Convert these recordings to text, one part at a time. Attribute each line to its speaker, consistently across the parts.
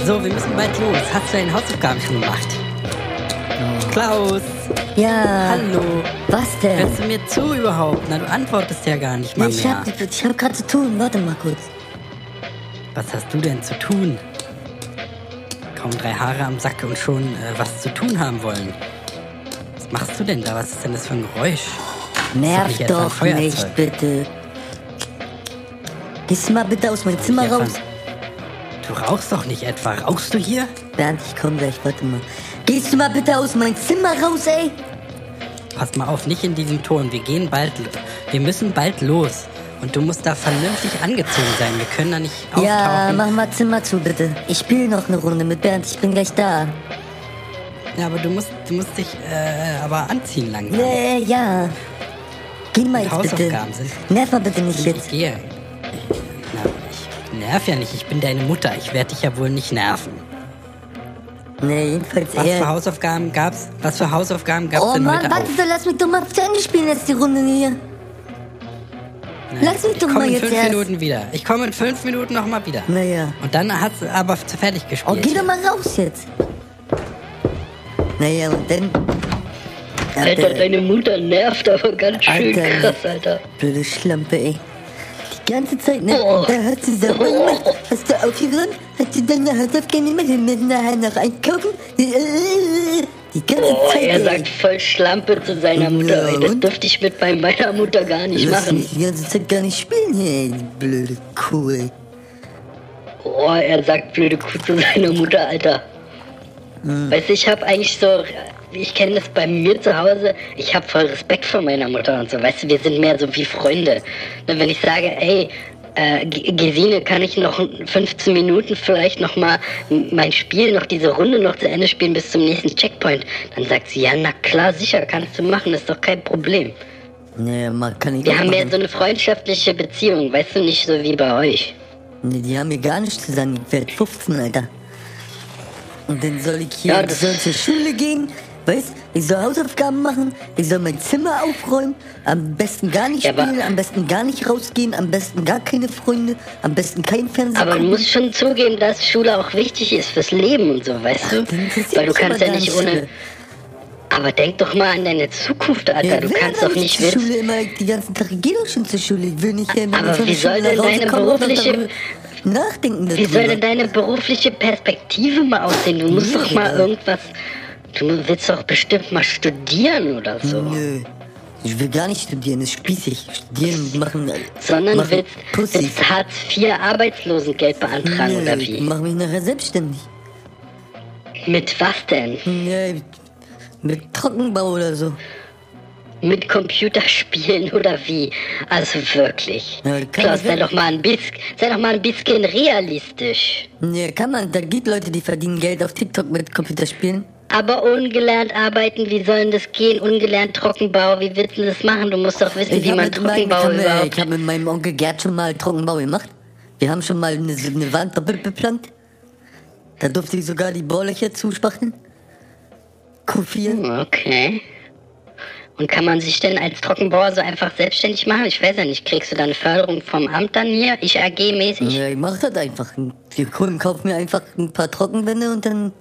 Speaker 1: bald los. Hast du deine Hausaufgaben schon gemacht? Klaus,
Speaker 2: Ja.
Speaker 1: hallo.
Speaker 2: Was denn?
Speaker 1: Hörst du mir zu überhaupt? Na, du antwortest ja gar nicht mal
Speaker 2: Nee, ich
Speaker 1: mehr.
Speaker 2: hab, ich hab grad zu tun. Warte mal kurz.
Speaker 1: Was hast du denn zu tun? Kaum drei Haare am Sack und schon äh, was zu tun haben wollen. Was machst du denn da? Was ist denn das für ein Geräusch?
Speaker 2: Nerv
Speaker 1: jetzt ein
Speaker 2: doch
Speaker 1: Feuerzeug.
Speaker 2: nicht, bitte. Gehst du mal bitte aus meinem Zimmer
Speaker 1: Stefan,
Speaker 2: raus?
Speaker 1: Du rauchst doch nicht etwa. Rauchst du hier?
Speaker 2: Bernd, ich komm gleich, warte mal. Gehst du mal bitte aus meinem Zimmer raus, ey?
Speaker 1: Pass mal auf, nicht in diesem Ton. Wir gehen bald. Wir müssen bald los. Und du musst da vernünftig angezogen sein. Wir können da nicht auftauchen.
Speaker 2: Ja, mach mal Zimmer zu, bitte. Ich spiele noch eine Runde mit Bernd, ich bin gleich da.
Speaker 1: Ja, aber du musst, du musst dich äh, aber anziehen langsam.
Speaker 2: Äh, ja. Geh mal
Speaker 1: Und
Speaker 2: jetzt bitte.
Speaker 1: Hausaufgaben sind-
Speaker 2: Nerv mal bitte nicht
Speaker 1: Ich
Speaker 2: jetzt.
Speaker 1: gehe. Na, ich nerv ja nicht. Ich bin deine Mutter. Ich werde dich ja wohl nicht nerven.
Speaker 2: Nee, jedenfalls
Speaker 1: Was für
Speaker 2: er.
Speaker 1: Hausaufgaben gab's? Was für Hausaufgaben gab's
Speaker 2: Oh
Speaker 1: denn
Speaker 2: Mann,
Speaker 1: heute
Speaker 2: warte,
Speaker 1: auf?
Speaker 2: doch, lass mich doch mal zu Ende spielen jetzt die Runde hier. Lass mich
Speaker 1: ich
Speaker 2: doch
Speaker 1: komme
Speaker 2: mal
Speaker 1: in
Speaker 2: jetzt
Speaker 1: fünf
Speaker 2: erst.
Speaker 1: Minuten wieder. Ich komme in fünf Minuten nochmal wieder.
Speaker 2: Naja.
Speaker 1: Und dann hat's aber zu fertig
Speaker 2: Oh,
Speaker 1: gespielt.
Speaker 2: geh doch mal raus jetzt. Naja, und dann. Ah,
Speaker 3: Alter, deine Mutter nervt aber ganz schön
Speaker 2: Alter.
Speaker 3: krass, Alter.
Speaker 2: Blöde Schlampe, ey. Die ganze Zeit, ne?
Speaker 3: Oh.
Speaker 2: Da hört sie so gemacht. Hast du aufgeräumt? Hast du deine Hausaufgaben gemacht? Wir müssen nachher noch einkaufen. äh, Die ganze
Speaker 3: Boah,
Speaker 2: Zeit,
Speaker 3: Oh, er
Speaker 2: ey.
Speaker 3: sagt voll Schlampe zu seiner
Speaker 2: Ja,
Speaker 3: Mutter. Ey, das
Speaker 2: und?
Speaker 3: dürfte ich mit bei meiner Mutter gar nicht
Speaker 2: Lass
Speaker 3: machen.
Speaker 2: mich die ganze Zeit gar nicht spielen hier, ey. Die blöde Kuh, ey.
Speaker 3: Boah, er sagt blöde Kuh zu seiner Mutter, Alter. Weißt du, ich habe eigentlich so, ich kenne das bei mir zu Hause, ich habe voll Respekt vor meiner Mutter und so. Weißt du, wir sind mehr so wie Freunde. Und wenn ich sage, ey, äh, G- Gesine, kann ich noch 15 Minuten vielleicht noch mal mein Spiel, noch diese Runde noch zu Ende spielen bis zum nächsten Checkpoint? Dann sagt sie, ja, na klar, sicher, kannst du machen, ist doch kein Problem.
Speaker 2: Naja, man kann ich
Speaker 3: Wir
Speaker 2: auch
Speaker 3: haben mehr
Speaker 2: machen.
Speaker 3: so eine freundschaftliche Beziehung, weißt du, nicht so wie bei euch.
Speaker 2: Nee, die haben mir gar nichts zu sagen. Ich werde 15, Alter. Und dann soll ich hier
Speaker 3: Ja,
Speaker 2: ich
Speaker 3: das-
Speaker 2: soll zur Schule gehen, weißt? Ich soll Hausaufgaben machen, ich soll mein Zimmer aufräumen, am besten gar nicht
Speaker 3: Ja, aber-
Speaker 2: spielen, am besten gar nicht rausgehen, am besten gar keine Freunde, am besten kein Fernsehen.
Speaker 3: Aber du
Speaker 2: gucken.
Speaker 3: musst schon zugeben, dass Schule auch wichtig ist fürs Leben und so, weißt du?
Speaker 2: Ach, dann interessiert
Speaker 3: Weil du
Speaker 2: mich
Speaker 3: kannst
Speaker 2: aber
Speaker 3: ja
Speaker 2: gar
Speaker 3: nicht
Speaker 2: nicht Schule.
Speaker 3: ohne. Aber denk doch mal an deine Zukunft, Alter.
Speaker 2: Ja,
Speaker 3: du
Speaker 2: ich will
Speaker 3: kannst
Speaker 2: aber
Speaker 3: doch nicht
Speaker 2: zur
Speaker 3: wissen.
Speaker 2: Schule immer die ganzen Tag. Ich geh doch schon zur Schule. Ich will nicht hier immer
Speaker 3: Aber
Speaker 2: von der
Speaker 3: wie soll
Speaker 2: Schule
Speaker 3: denn
Speaker 2: nach Hause
Speaker 3: deine
Speaker 2: kommen und
Speaker 3: berufliche-
Speaker 2: darüber nachdenken
Speaker 3: Wie soll denn
Speaker 2: darüber.
Speaker 3: deine berufliche Perspektive mal aussehen? Du musst
Speaker 2: Nee,
Speaker 3: doch mal
Speaker 2: Alter.
Speaker 3: irgendwas. Du willst doch bestimmt mal studieren oder so.
Speaker 2: Nö. Ich will gar nicht studieren, das ist spießig. Studieren machen. äh,
Speaker 3: Sondern
Speaker 2: machen
Speaker 3: willst,
Speaker 2: Pussys.
Speaker 3: willst Hartz IV Arbeitslosengeld beantragen
Speaker 2: Nö,
Speaker 3: oder
Speaker 2: Ich
Speaker 3: wie?
Speaker 2: mach mich nachher selbstständig.
Speaker 3: Mit was denn?
Speaker 2: Nö, mit Trockenbau oder so.
Speaker 3: Mit Computerspielen oder wie? Also wirklich.
Speaker 2: Ja, kann
Speaker 3: Klaus,
Speaker 2: ich
Speaker 3: sei
Speaker 2: wirklich-
Speaker 3: doch, mal ein bisschen, sei doch mal ein bisschen realistisch.
Speaker 2: Nö, kann man. Da gibt Leute, die verdienen Geld auf TikTok mit Computerspielen.
Speaker 3: Aber ungelernt arbeiten, wie soll denn das gehen? Ungelernt Trockenbau, wie willst du das machen? Du musst doch wissen, wie
Speaker 2: hab
Speaker 3: man
Speaker 2: mit meinem- ich
Speaker 3: Trockenbau
Speaker 2: hab mit-
Speaker 3: überhaupt...
Speaker 2: Ich habe mit meinem Onkel Gerd schon mal Trockenbau gemacht. Wir haben schon mal eine, eine Wand doppelt beplant. Da durfte ich sogar die Bohrlöcher zuspachteln. Kofieren.
Speaker 3: Okay. Und kann man sich denn als Trockenbauer so einfach selbstständig machen? Ich weiß ja nicht, kriegst du dann Förderung vom Amt dann hier? Ich AG-mäßig?
Speaker 2: Ja, ich mach das einfach. Die Kunden kaufen mir einfach ein paar Trockenwände und dann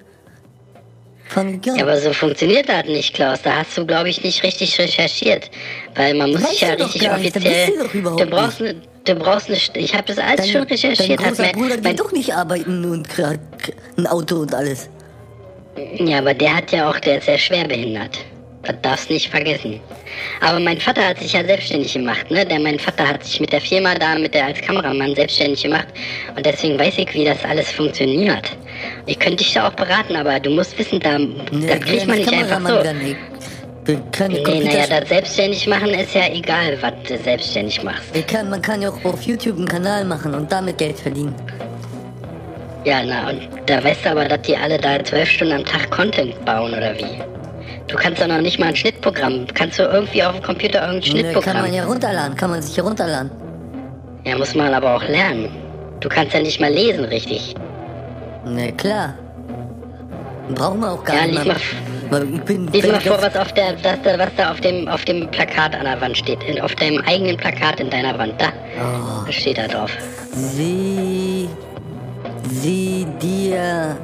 Speaker 2: fang ich an.
Speaker 3: Ja, aber so funktioniert das nicht, Klaus. Da hast du, glaube ich, nicht richtig recherchiert. Weil man muss
Speaker 2: Weißt
Speaker 3: sich ja
Speaker 2: du doch
Speaker 3: richtig
Speaker 2: gar nicht, da
Speaker 3: offiziell...
Speaker 2: bist du doch überhaupt
Speaker 3: du brauchst ne- Du brauchst eine... Ich habe das alles schon recherchiert.
Speaker 2: dein
Speaker 3: Hat
Speaker 2: großer
Speaker 3: mir,
Speaker 2: Bruder
Speaker 3: mein
Speaker 2: geht doch nicht arbeiten und kriegt ein Auto und alles.
Speaker 3: Ja, aber der hat ja auch, der ist ja schwerbehindert. Das darfst nicht vergessen. Aber mein Vater hat sich ja selbstständig gemacht, ne? Der, mein Vater hat sich mit der Firma da, mit der als Kameramann selbstständig gemacht. Und deswegen weiß ich, wie das alles funktioniert. Ich könnte dich da auch beraten, aber du musst wissen, da,
Speaker 2: Ne,
Speaker 3: da kriegt man nicht einfach so.
Speaker 2: Dann kann ich
Speaker 3: Nee,
Speaker 2: Computer
Speaker 3: naja, das selbstständig machen ist ja egal, was du selbstständig machst.
Speaker 2: ich kann, man kann ja auch auf YouTube einen Kanal machen und damit Geld verdienen. Ne,
Speaker 3: Ja, na, und da weißt du aber, dass die alle da zwölf Stunden am Tag Content bauen, oder wie? Du kannst doch noch nicht mal ein Schnittprogramm. Kannst du irgendwie auf dem Computer irgendein
Speaker 2: Ja, kann
Speaker 3: Schnittprogramm?
Speaker 2: man ja runterladen, kann man sich ja runterladen.
Speaker 3: Ja, muss man aber auch lernen. Du kannst ja nicht mal lesen, richtig.
Speaker 2: Na Ne, klar. Brauchen wir auch gar
Speaker 3: Ja,
Speaker 2: nicht.
Speaker 3: lies
Speaker 2: man-
Speaker 3: mal f-
Speaker 2: man- ich bin,
Speaker 3: Lies
Speaker 2: bin
Speaker 3: mal vor,
Speaker 2: ganz-
Speaker 3: was auf der, was da, was da auf dem, auf dem Plakat an der Wand steht. In, auf deinem eigenen Plakat in deiner Wand. Da.
Speaker 2: Oh.
Speaker 3: Was steht da drauf?
Speaker 2: Sieh. Sieh dir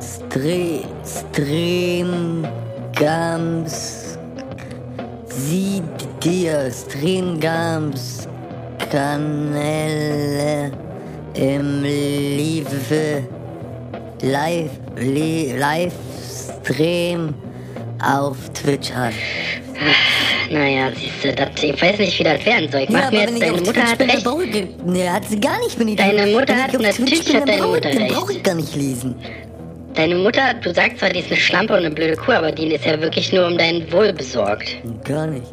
Speaker 2: Stre Stream Gams Sieh dir Streamgams Kanäle im Live Live li, Livestream auf Twitch an.
Speaker 3: Naja, siehst du, das, ich weiß nicht, wie das werden soll. Ich mach mir jetzt, deine Mutter hat
Speaker 2: bin, dann
Speaker 3: recht.
Speaker 2: brauche ich. Nee, hat sie gar nicht, wenn ich
Speaker 3: Deine
Speaker 2: dann,
Speaker 3: Mutter
Speaker 2: wenn ich
Speaker 3: hat-
Speaker 2: auf
Speaker 3: natürlich
Speaker 2: Twitch bin, dann
Speaker 3: hat deine
Speaker 2: brauche ich-
Speaker 3: Mutter
Speaker 2: dann
Speaker 3: recht.
Speaker 2: brauche ich gar nicht lesen.
Speaker 3: Deine Mutter, du sagst zwar, die ist eine Schlampe und eine blöde Kuh, aber die ist ja wirklich nur um dein Wohl besorgt.
Speaker 2: Gar nicht.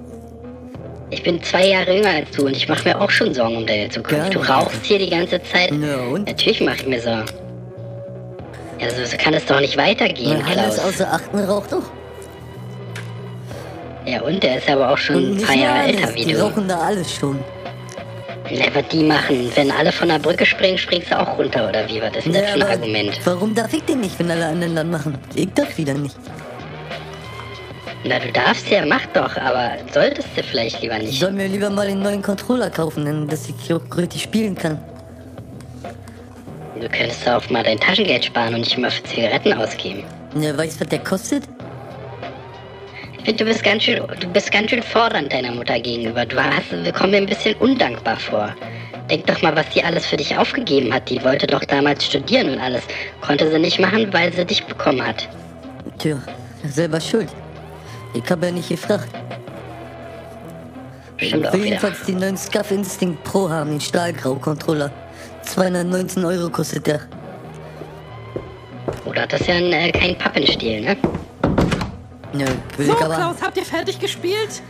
Speaker 3: Ich bin zwei Jahre jünger als du und ich mache mir auch schon Sorgen um deine Zukunft.
Speaker 2: Gar
Speaker 3: Du
Speaker 2: nicht.
Speaker 3: rauchst hier die ganze Zeit.
Speaker 2: Na und?
Speaker 3: Natürlich mache ich mir Sorgen. Ja, so, so kann es doch nicht weitergehen,
Speaker 2: Mein Hannes
Speaker 3: Klaus.
Speaker 2: außer Achten raucht doch.
Speaker 3: Ja, und der ist aber auch schon ein paar
Speaker 2: nur
Speaker 3: Jahre
Speaker 2: Hannes,
Speaker 3: älter wie
Speaker 2: Die
Speaker 3: du.
Speaker 2: rauchen da alles schon.
Speaker 3: Na, was die machen? Wenn alle von der Brücke springen, springst du auch runter, oder wie? Was ist denn das für ein
Speaker 2: Ja, aber
Speaker 3: Argument?
Speaker 2: Warum darf ich denn nicht, wenn alle anderen dann machen? Ich darf wieder nicht.
Speaker 3: Na, du darfst ja, mach doch, aber solltest du vielleicht lieber
Speaker 2: Ich
Speaker 3: nicht.
Speaker 2: soll mir lieber mal den neuen Controller kaufen, denn dass ich auch richtig spielen kann.
Speaker 3: Du könntest auch mal dein Taschengeld sparen und nicht immer für Zigaretten ausgeben.
Speaker 2: Ja, weißt du, was der kostet?
Speaker 3: Ich finde, du bist ganz schön, du bist ganz schön fordernd deiner Mutter gegenüber. Du hast, wir kommen mir ein bisschen undankbar vor. Denk doch mal, was die alles für dich aufgegeben hat. Die wollte doch damals studieren und alles. Konnte sie nicht machen, weil sie dich bekommen hat.
Speaker 2: Tja, selber schuld. Ich habe ja nicht gefragt. Ich
Speaker 3: Stimmt auch
Speaker 2: will
Speaker 3: wieder.
Speaker 2: jedenfalls den neuen Scuff Instinct Pro haben, den Stahlgrau-Controller. 219 Euro kostet der.
Speaker 3: Oder das ist ja ein, äh, kein Pappenstiel, ne?
Speaker 2: Ja, will
Speaker 1: So,
Speaker 2: ich aber.
Speaker 1: Klaus, habt ihr fertig gespielt?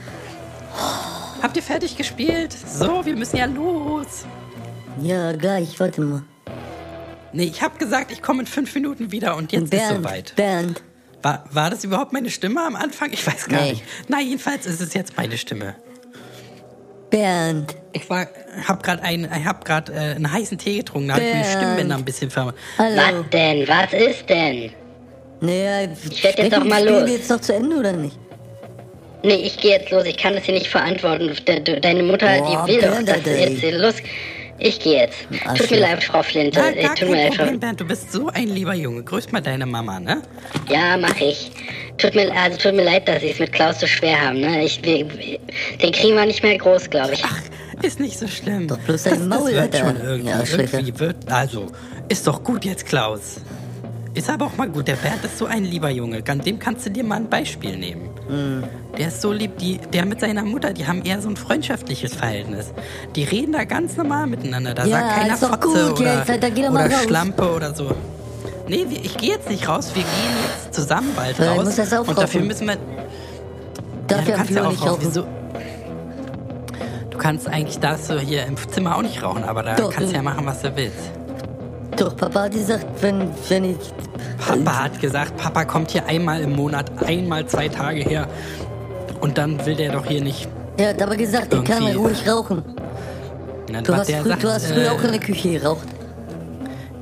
Speaker 1: Habt ihr fertig gespielt? So, wir müssen ja los.
Speaker 2: Ja, gleich, warte mal.
Speaker 1: Nee, ich hab gesagt, ich komme in fünf Minuten wieder und jetzt ist
Speaker 2: Bernd,
Speaker 1: soweit.
Speaker 2: Bernd,
Speaker 1: War, war das überhaupt meine Stimme am Anfang? Ich weiß gar
Speaker 2: Nee.
Speaker 1: nicht. Nein, jedenfalls ist es jetzt meine Stimme.
Speaker 2: Bernd.
Speaker 1: Ich war, hab gerade einen, ich hab grad, äh, einen heißen Tee getrunken, da habe ich mir die
Speaker 2: Bernd.
Speaker 1: Stimmbänder ein bisschen ver...
Speaker 2: Hallo.
Speaker 3: Was denn? Was ist denn?
Speaker 2: Naja,
Speaker 3: Ich werd jetzt
Speaker 2: sprechen
Speaker 3: auch mal
Speaker 2: die Spiele
Speaker 3: los.
Speaker 2: jetzt noch zu Ende oder nicht?
Speaker 3: Nee, ich gehe jetzt los. Ich kann das hier nicht verantworten. De de deine Mutter,
Speaker 2: Boah,
Speaker 3: die will doch,
Speaker 2: Bernd,
Speaker 3: dass du
Speaker 2: Alter,
Speaker 3: jetzt hier los... Ich gehe jetzt. Tut mir
Speaker 2: Arschloch.
Speaker 3: leid, Frau Flinte.
Speaker 1: Ja,
Speaker 3: Äh,
Speaker 1: Ah, gar
Speaker 3: Tut mir
Speaker 1: kein
Speaker 3: leid, Frau
Speaker 1: Problem, Bernd. Du bist so ein lieber Junge. Grüß mal deine Mama, ne?
Speaker 3: Ja, mach ich. Tut mir, also tut mir leid, dass ich es mit Klaus so schwer haben. Ne? Ich, wir, den kriegen wir nicht mehr groß, glaube ich.
Speaker 1: Ist nicht so schlimm.
Speaker 2: Doch bloß dein Maul,
Speaker 1: das wird
Speaker 2: Alter.
Speaker 1: schon irgendwie.
Speaker 2: Ja, Schläfer.
Speaker 1: irgendwie wird, also, ist doch gut jetzt, Klaus. Ist aber auch mal gut. Der Bernd ist so ein lieber Junge. An dem kannst du dir mal ein Beispiel nehmen.
Speaker 2: Hm.
Speaker 1: Der ist so lieb. Die, der mit seiner Mutter, die haben eher so ein freundschaftliches Verhältnis. Die reden da ganz normal miteinander. Da
Speaker 2: Ja,
Speaker 1: sagt keiner
Speaker 2: ist doch
Speaker 1: Fotze
Speaker 2: gut
Speaker 1: oder,
Speaker 2: jetzt, Alter, geh doch mal
Speaker 1: oder
Speaker 2: raus.
Speaker 1: Schlampe oder so. Nee, wir, ich gehe jetzt nicht raus. Wir gehen jetzt zusammen bald
Speaker 2: Ja, ich
Speaker 1: raus.
Speaker 2: muss das
Speaker 1: und dafür
Speaker 2: aufrauchen.
Speaker 1: müssen wir
Speaker 2: Darf
Speaker 1: du
Speaker 2: ja, ja
Speaker 1: kannst ja
Speaker 2: Flo
Speaker 1: auch
Speaker 2: nicht
Speaker 1: rauchen.
Speaker 2: rauchen.
Speaker 1: Wieso? Du kannst eigentlich, darfst du hier im Zimmer auch nicht rauchen, aber da
Speaker 2: Doch,
Speaker 1: kannst du ja
Speaker 2: ähm,
Speaker 1: machen, was du willst.
Speaker 2: Doch, Papa hat gesagt, wenn, wenn ich.
Speaker 1: Papa hat gesagt, Papa kommt hier einmal im Monat, einmal zwei Tage her. Und dann will der doch hier nicht.
Speaker 2: Er hat aber gesagt, ich kann
Speaker 1: Irgendwie-
Speaker 2: ruhig rauchen.
Speaker 1: Na,
Speaker 2: Du
Speaker 1: was
Speaker 2: hast,
Speaker 1: der
Speaker 2: frü
Speaker 1: sagt,
Speaker 2: du hast früher
Speaker 1: äh,
Speaker 2: auch in der Küche geraucht.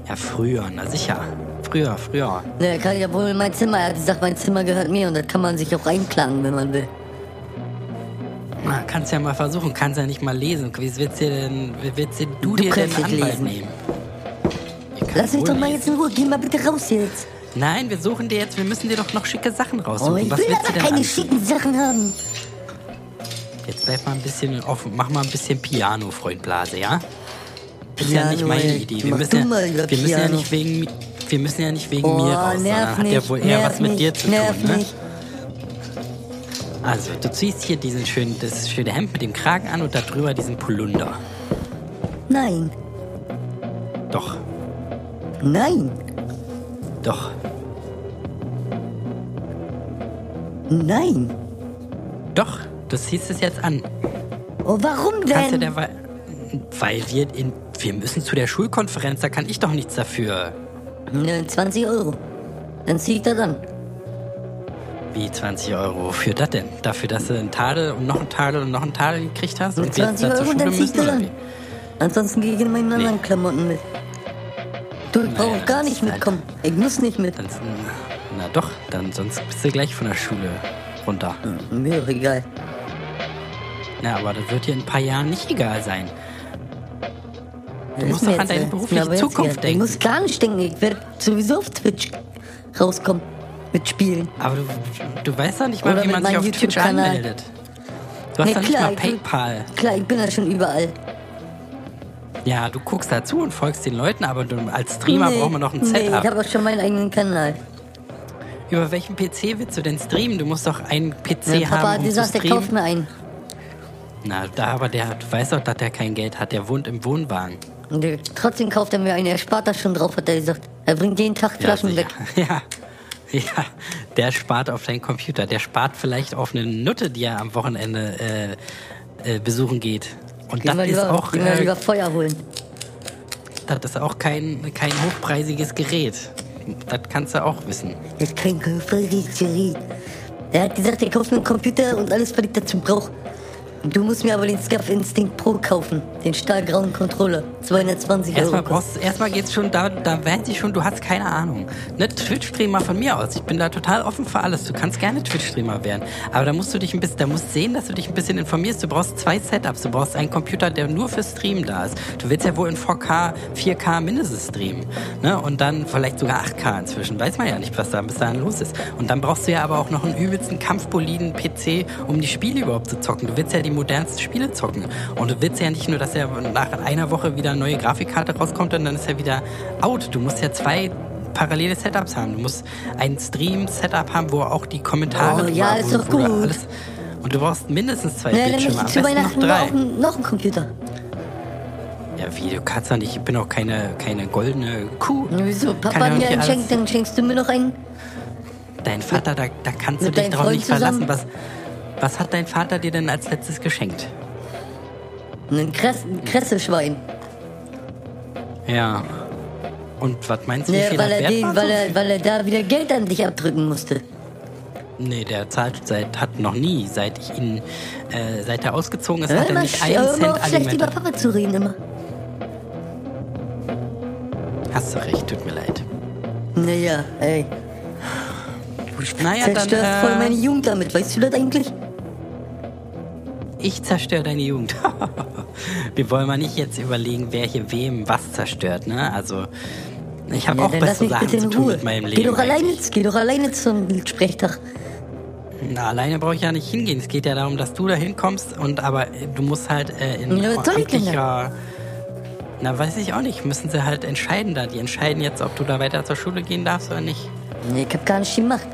Speaker 1: Ja, früher, na sicher. Früher, früher.
Speaker 2: Na, er kann ja wohl in mein Zimmer. Er hat gesagt, mein Zimmer gehört mir und das kann man sich auch einklagen, wenn man will.
Speaker 1: Na, kannst ja mal versuchen, kannst ja nicht mal lesen. Wie willst du denn, wie willst du,
Speaker 2: Du
Speaker 1: dir denn
Speaker 2: kannst
Speaker 1: einen
Speaker 2: nicht
Speaker 1: Anwalt
Speaker 2: lesen.
Speaker 1: nehmen? Ihr könnt
Speaker 2: Lass mich
Speaker 1: wohl
Speaker 2: doch mal
Speaker 1: lesen.
Speaker 2: jetzt in Ruhe. Geh mal bitte raus jetzt.
Speaker 1: Nein, wir suchen dir jetzt, wir müssen dir doch noch schicke Sachen
Speaker 2: Oh,
Speaker 1: raussuchen.
Speaker 2: ich
Speaker 1: Also, was
Speaker 2: will
Speaker 1: willst
Speaker 2: aber
Speaker 1: du denn
Speaker 2: keine
Speaker 1: anziehen?
Speaker 2: schicken Sachen haben.
Speaker 1: Jetzt bleib mal ein bisschen offen, mach mal ein bisschen Piano, Freund Blase, ja? Das ist ja nicht
Speaker 2: Piano,
Speaker 1: meine
Speaker 2: ey.
Speaker 1: Idee. Wir
Speaker 2: Mach
Speaker 1: müssen,
Speaker 2: du
Speaker 1: ja,
Speaker 2: mal
Speaker 1: wir
Speaker 2: über
Speaker 1: müssen ja
Speaker 2: Piano.
Speaker 1: nicht wegen, mi- wir müssen ja nicht wegen
Speaker 2: Oh,
Speaker 1: mir raus, sondern
Speaker 2: nerv
Speaker 1: hat
Speaker 2: nicht.
Speaker 1: ja wohl eher
Speaker 2: nerv
Speaker 1: was mit
Speaker 2: nicht,
Speaker 1: dir zu
Speaker 2: nerv
Speaker 1: tun, ne?
Speaker 2: Nicht.
Speaker 1: Also, du ziehst hier diesen schönen, das schöne Hemd mit dem Kragen an und darüber diesen Polunder.
Speaker 2: Nein,
Speaker 1: Doch,
Speaker 2: nein,
Speaker 1: doch,
Speaker 2: nein.
Speaker 1: doch, du ziehst es jetzt an.
Speaker 2: Oh, warum
Speaker 1: Kannst du
Speaker 2: denn?
Speaker 1: derweil, weil wir in, wir müssen zu der Schulkonferenz, da kann ich doch nichts dafür.
Speaker 2: Ne, 20 Euro. Dann zieh ich das an.
Speaker 1: Wie 20 Euro für das denn? Dafür, dass du einen Tadel und noch einen Tadel und noch einen Tadel gekriegt hast?
Speaker 2: Mit
Speaker 1: und wir jetzt
Speaker 2: 20
Speaker 1: da zur
Speaker 2: Euro, dann
Speaker 1: Schule
Speaker 2: zieh ich
Speaker 1: müssen,
Speaker 2: das
Speaker 1: oder
Speaker 2: an.
Speaker 1: wie?
Speaker 2: Ansonsten gehe ich in meinen anderen Klamotten mit. Du, ich brauche
Speaker 1: Naja,
Speaker 2: gar
Speaker 1: das
Speaker 2: nicht
Speaker 1: ist halt-
Speaker 2: mitkommen. Ich muss nicht mit.
Speaker 1: Dann, na doch, dann sonst bist du gleich von der Schule runter.
Speaker 2: Mir doch egal.
Speaker 1: Na, aber das wird dir in ein paar Jahren nicht egal sein.
Speaker 2: Du
Speaker 1: musst doch an deine berufliche Zukunft denken.
Speaker 2: Ich muss gar nicht denken. Ich werde sowieso auf Twitch rauskommen mit Spielen.
Speaker 1: Aber du, du weißt doch nicht mal,
Speaker 2: Oder
Speaker 1: wie
Speaker 2: mit
Speaker 1: man sich
Speaker 2: meinem
Speaker 1: auf Twitch
Speaker 2: YouTube-Kanal.
Speaker 1: anmeldet. Du hast
Speaker 2: Ja,
Speaker 1: doch nicht mal
Speaker 2: ich bin-
Speaker 1: PayPal.
Speaker 2: Klar, ich bin da schon überall.
Speaker 1: Ja, du guckst dazu und folgst den Leuten, aber du, als Streamer brauchen wir noch ein
Speaker 2: Nee, ich
Speaker 1: Setup.
Speaker 2: habe auch schon meinen eigenen Kanal.
Speaker 1: Über welchen PC willst du denn streamen? Du musst doch einen PC
Speaker 2: Mein
Speaker 1: haben,
Speaker 2: Papa hat
Speaker 1: um
Speaker 2: gesagt,
Speaker 1: zu
Speaker 2: er kauft
Speaker 1: streamen.
Speaker 2: mir einen.
Speaker 1: Na, da aber der hat, weiß doch, dass der kein Geld hat. Der wohnt im Wohnwagen.
Speaker 2: Und äh, trotzdem kauft er mir einen. Er spart da schon drauf, hat er gesagt. Er bringt jeden Tag Flaschen
Speaker 1: sicher.
Speaker 2: weg.
Speaker 1: Ja. Ja, der spart auf deinen Computer. Der spart vielleicht auf eine Nutte, die er am Wochenende äh, äh, besuchen geht. Und
Speaker 2: Gehen
Speaker 1: das
Speaker 2: wir
Speaker 1: ist,
Speaker 2: lieber,
Speaker 1: auch,
Speaker 2: gehen wir
Speaker 1: äh,
Speaker 2: lieber Feuer holen.
Speaker 1: das ist auch kein, kein hochpreisiges Gerät. Das kannst du auch wissen.
Speaker 2: Das ist kein Gerät. Er hat gesagt, er kauft mir einen Computer und alles, was ich dazu brauche. Du musst mir aber den Scuff Instinct Pro kaufen. Den stahlgrauen Controller. 220
Speaker 1: Erstmal,
Speaker 2: Euro.
Speaker 1: brauchst, erstmal geht's schon, da, da weiß ich schon, du hast keine Ahnung. Ne, Twitch-Streamer von mir aus. Ich bin da total offen für alles. Du kannst gerne Twitch-Streamer werden. Aber da musst du dich ein bisschen, da musst sehen, dass du dich ein bisschen informierst. Du brauchst zwei Setups. Du brauchst einen Computer, der nur für Streamen da ist. Du willst ja wohl in 4K, 4K mindestens streamen. Ne? Und dann vielleicht sogar 8K inzwischen. Weiß man ja nicht, was da bis dahin los ist. Und dann brauchst du ja aber auch noch einen übelsten kampfpoliden PC, um die Spiele überhaupt zu zocken. Du willst ja die modernsten Spiele zocken. Und du willst ja nicht nur, dass er nach einer Woche wieder eine neue Grafikkarte rauskommt und dann ist er wieder out. Du musst ja zwei parallele Setups haben. Du musst ein Stream-Setup haben, wo auch die Kommentare
Speaker 2: Oh,
Speaker 1: drüber-
Speaker 2: ja, ist
Speaker 1: wo-
Speaker 2: doch
Speaker 1: wo du
Speaker 2: gut.
Speaker 1: Alles, und du brauchst mindestens zwei
Speaker 2: Ja, dann
Speaker 1: Bildschirme,
Speaker 2: möchte ich
Speaker 1: am
Speaker 2: zu
Speaker 1: besten noch
Speaker 2: Weihnachten noch
Speaker 1: drei.
Speaker 2: einen, noch einen Computer.
Speaker 1: Ja, wie, du kannst doch nicht, ich bin auch keine, keine goldene Kuh.
Speaker 2: Und
Speaker 1: Kann
Speaker 2: Wieso?
Speaker 1: ja
Speaker 2: Papa
Speaker 1: nicht
Speaker 2: mir einen
Speaker 1: alles-
Speaker 2: schenkt, dann schenkst du mir noch einen.
Speaker 1: Dein Vater, da, da kannst du
Speaker 2: Mit
Speaker 1: dich
Speaker 2: deinem
Speaker 1: drauf
Speaker 2: Freund
Speaker 1: nicht
Speaker 2: zusammen?
Speaker 1: verlassen. Was, was hat dein Vater dir denn als letztes geschenkt?
Speaker 2: Einen Kress, ein Kresseschwein.
Speaker 1: Ja. Und was meinst du, wie
Speaker 2: Ja,
Speaker 1: viel
Speaker 2: weil,
Speaker 1: das
Speaker 2: er
Speaker 1: wert
Speaker 2: den,
Speaker 1: war?
Speaker 2: weil, er, weil er da wieder Geld an dich abdrücken musste.
Speaker 1: Nee, der zahlt seit, hat noch nie, seit ich ihn, äh, seit er ausgezogen ist, hat er
Speaker 2: immer
Speaker 1: nicht
Speaker 2: sch-
Speaker 1: einen
Speaker 2: immer
Speaker 1: Cent
Speaker 2: auf schlecht über
Speaker 1: Alimente.
Speaker 2: Papa zu reden immer.
Speaker 1: Hast du recht, tut mir leid.
Speaker 2: Naja, ey.
Speaker 1: Naja,
Speaker 2: Zerstört
Speaker 1: dann, äh,
Speaker 2: voll meine Jugend damit, weißt du das eigentlich?
Speaker 1: Ich zerstöre deine Jugend. Wir wollen mal nicht jetzt überlegen, wer hier wem was zerstört, ne? Also, ich habe
Speaker 2: Ja,
Speaker 1: auch
Speaker 2: dann lass
Speaker 1: bessere
Speaker 2: mich
Speaker 1: Sachen
Speaker 2: bitte
Speaker 1: zu
Speaker 2: in
Speaker 1: tun
Speaker 2: Ruhe.
Speaker 1: mit meinem Leben.
Speaker 2: Geh doch,
Speaker 1: eigentlich.
Speaker 2: alleine, geh doch alleine zum Sprechtag.
Speaker 1: Na, alleine brauche ich ja nicht hingehen. Es geht ja darum, dass du da hinkommst und aber äh, du musst halt äh, in
Speaker 2: Ja, was soll ich denn
Speaker 1: amtlicher- Na, weiß ich auch nicht. Müssen sie halt entscheiden da. Die entscheiden jetzt, ob du da weiter zur Schule gehen darfst oder nicht.
Speaker 2: Nee, ich hab gar nichts gemacht.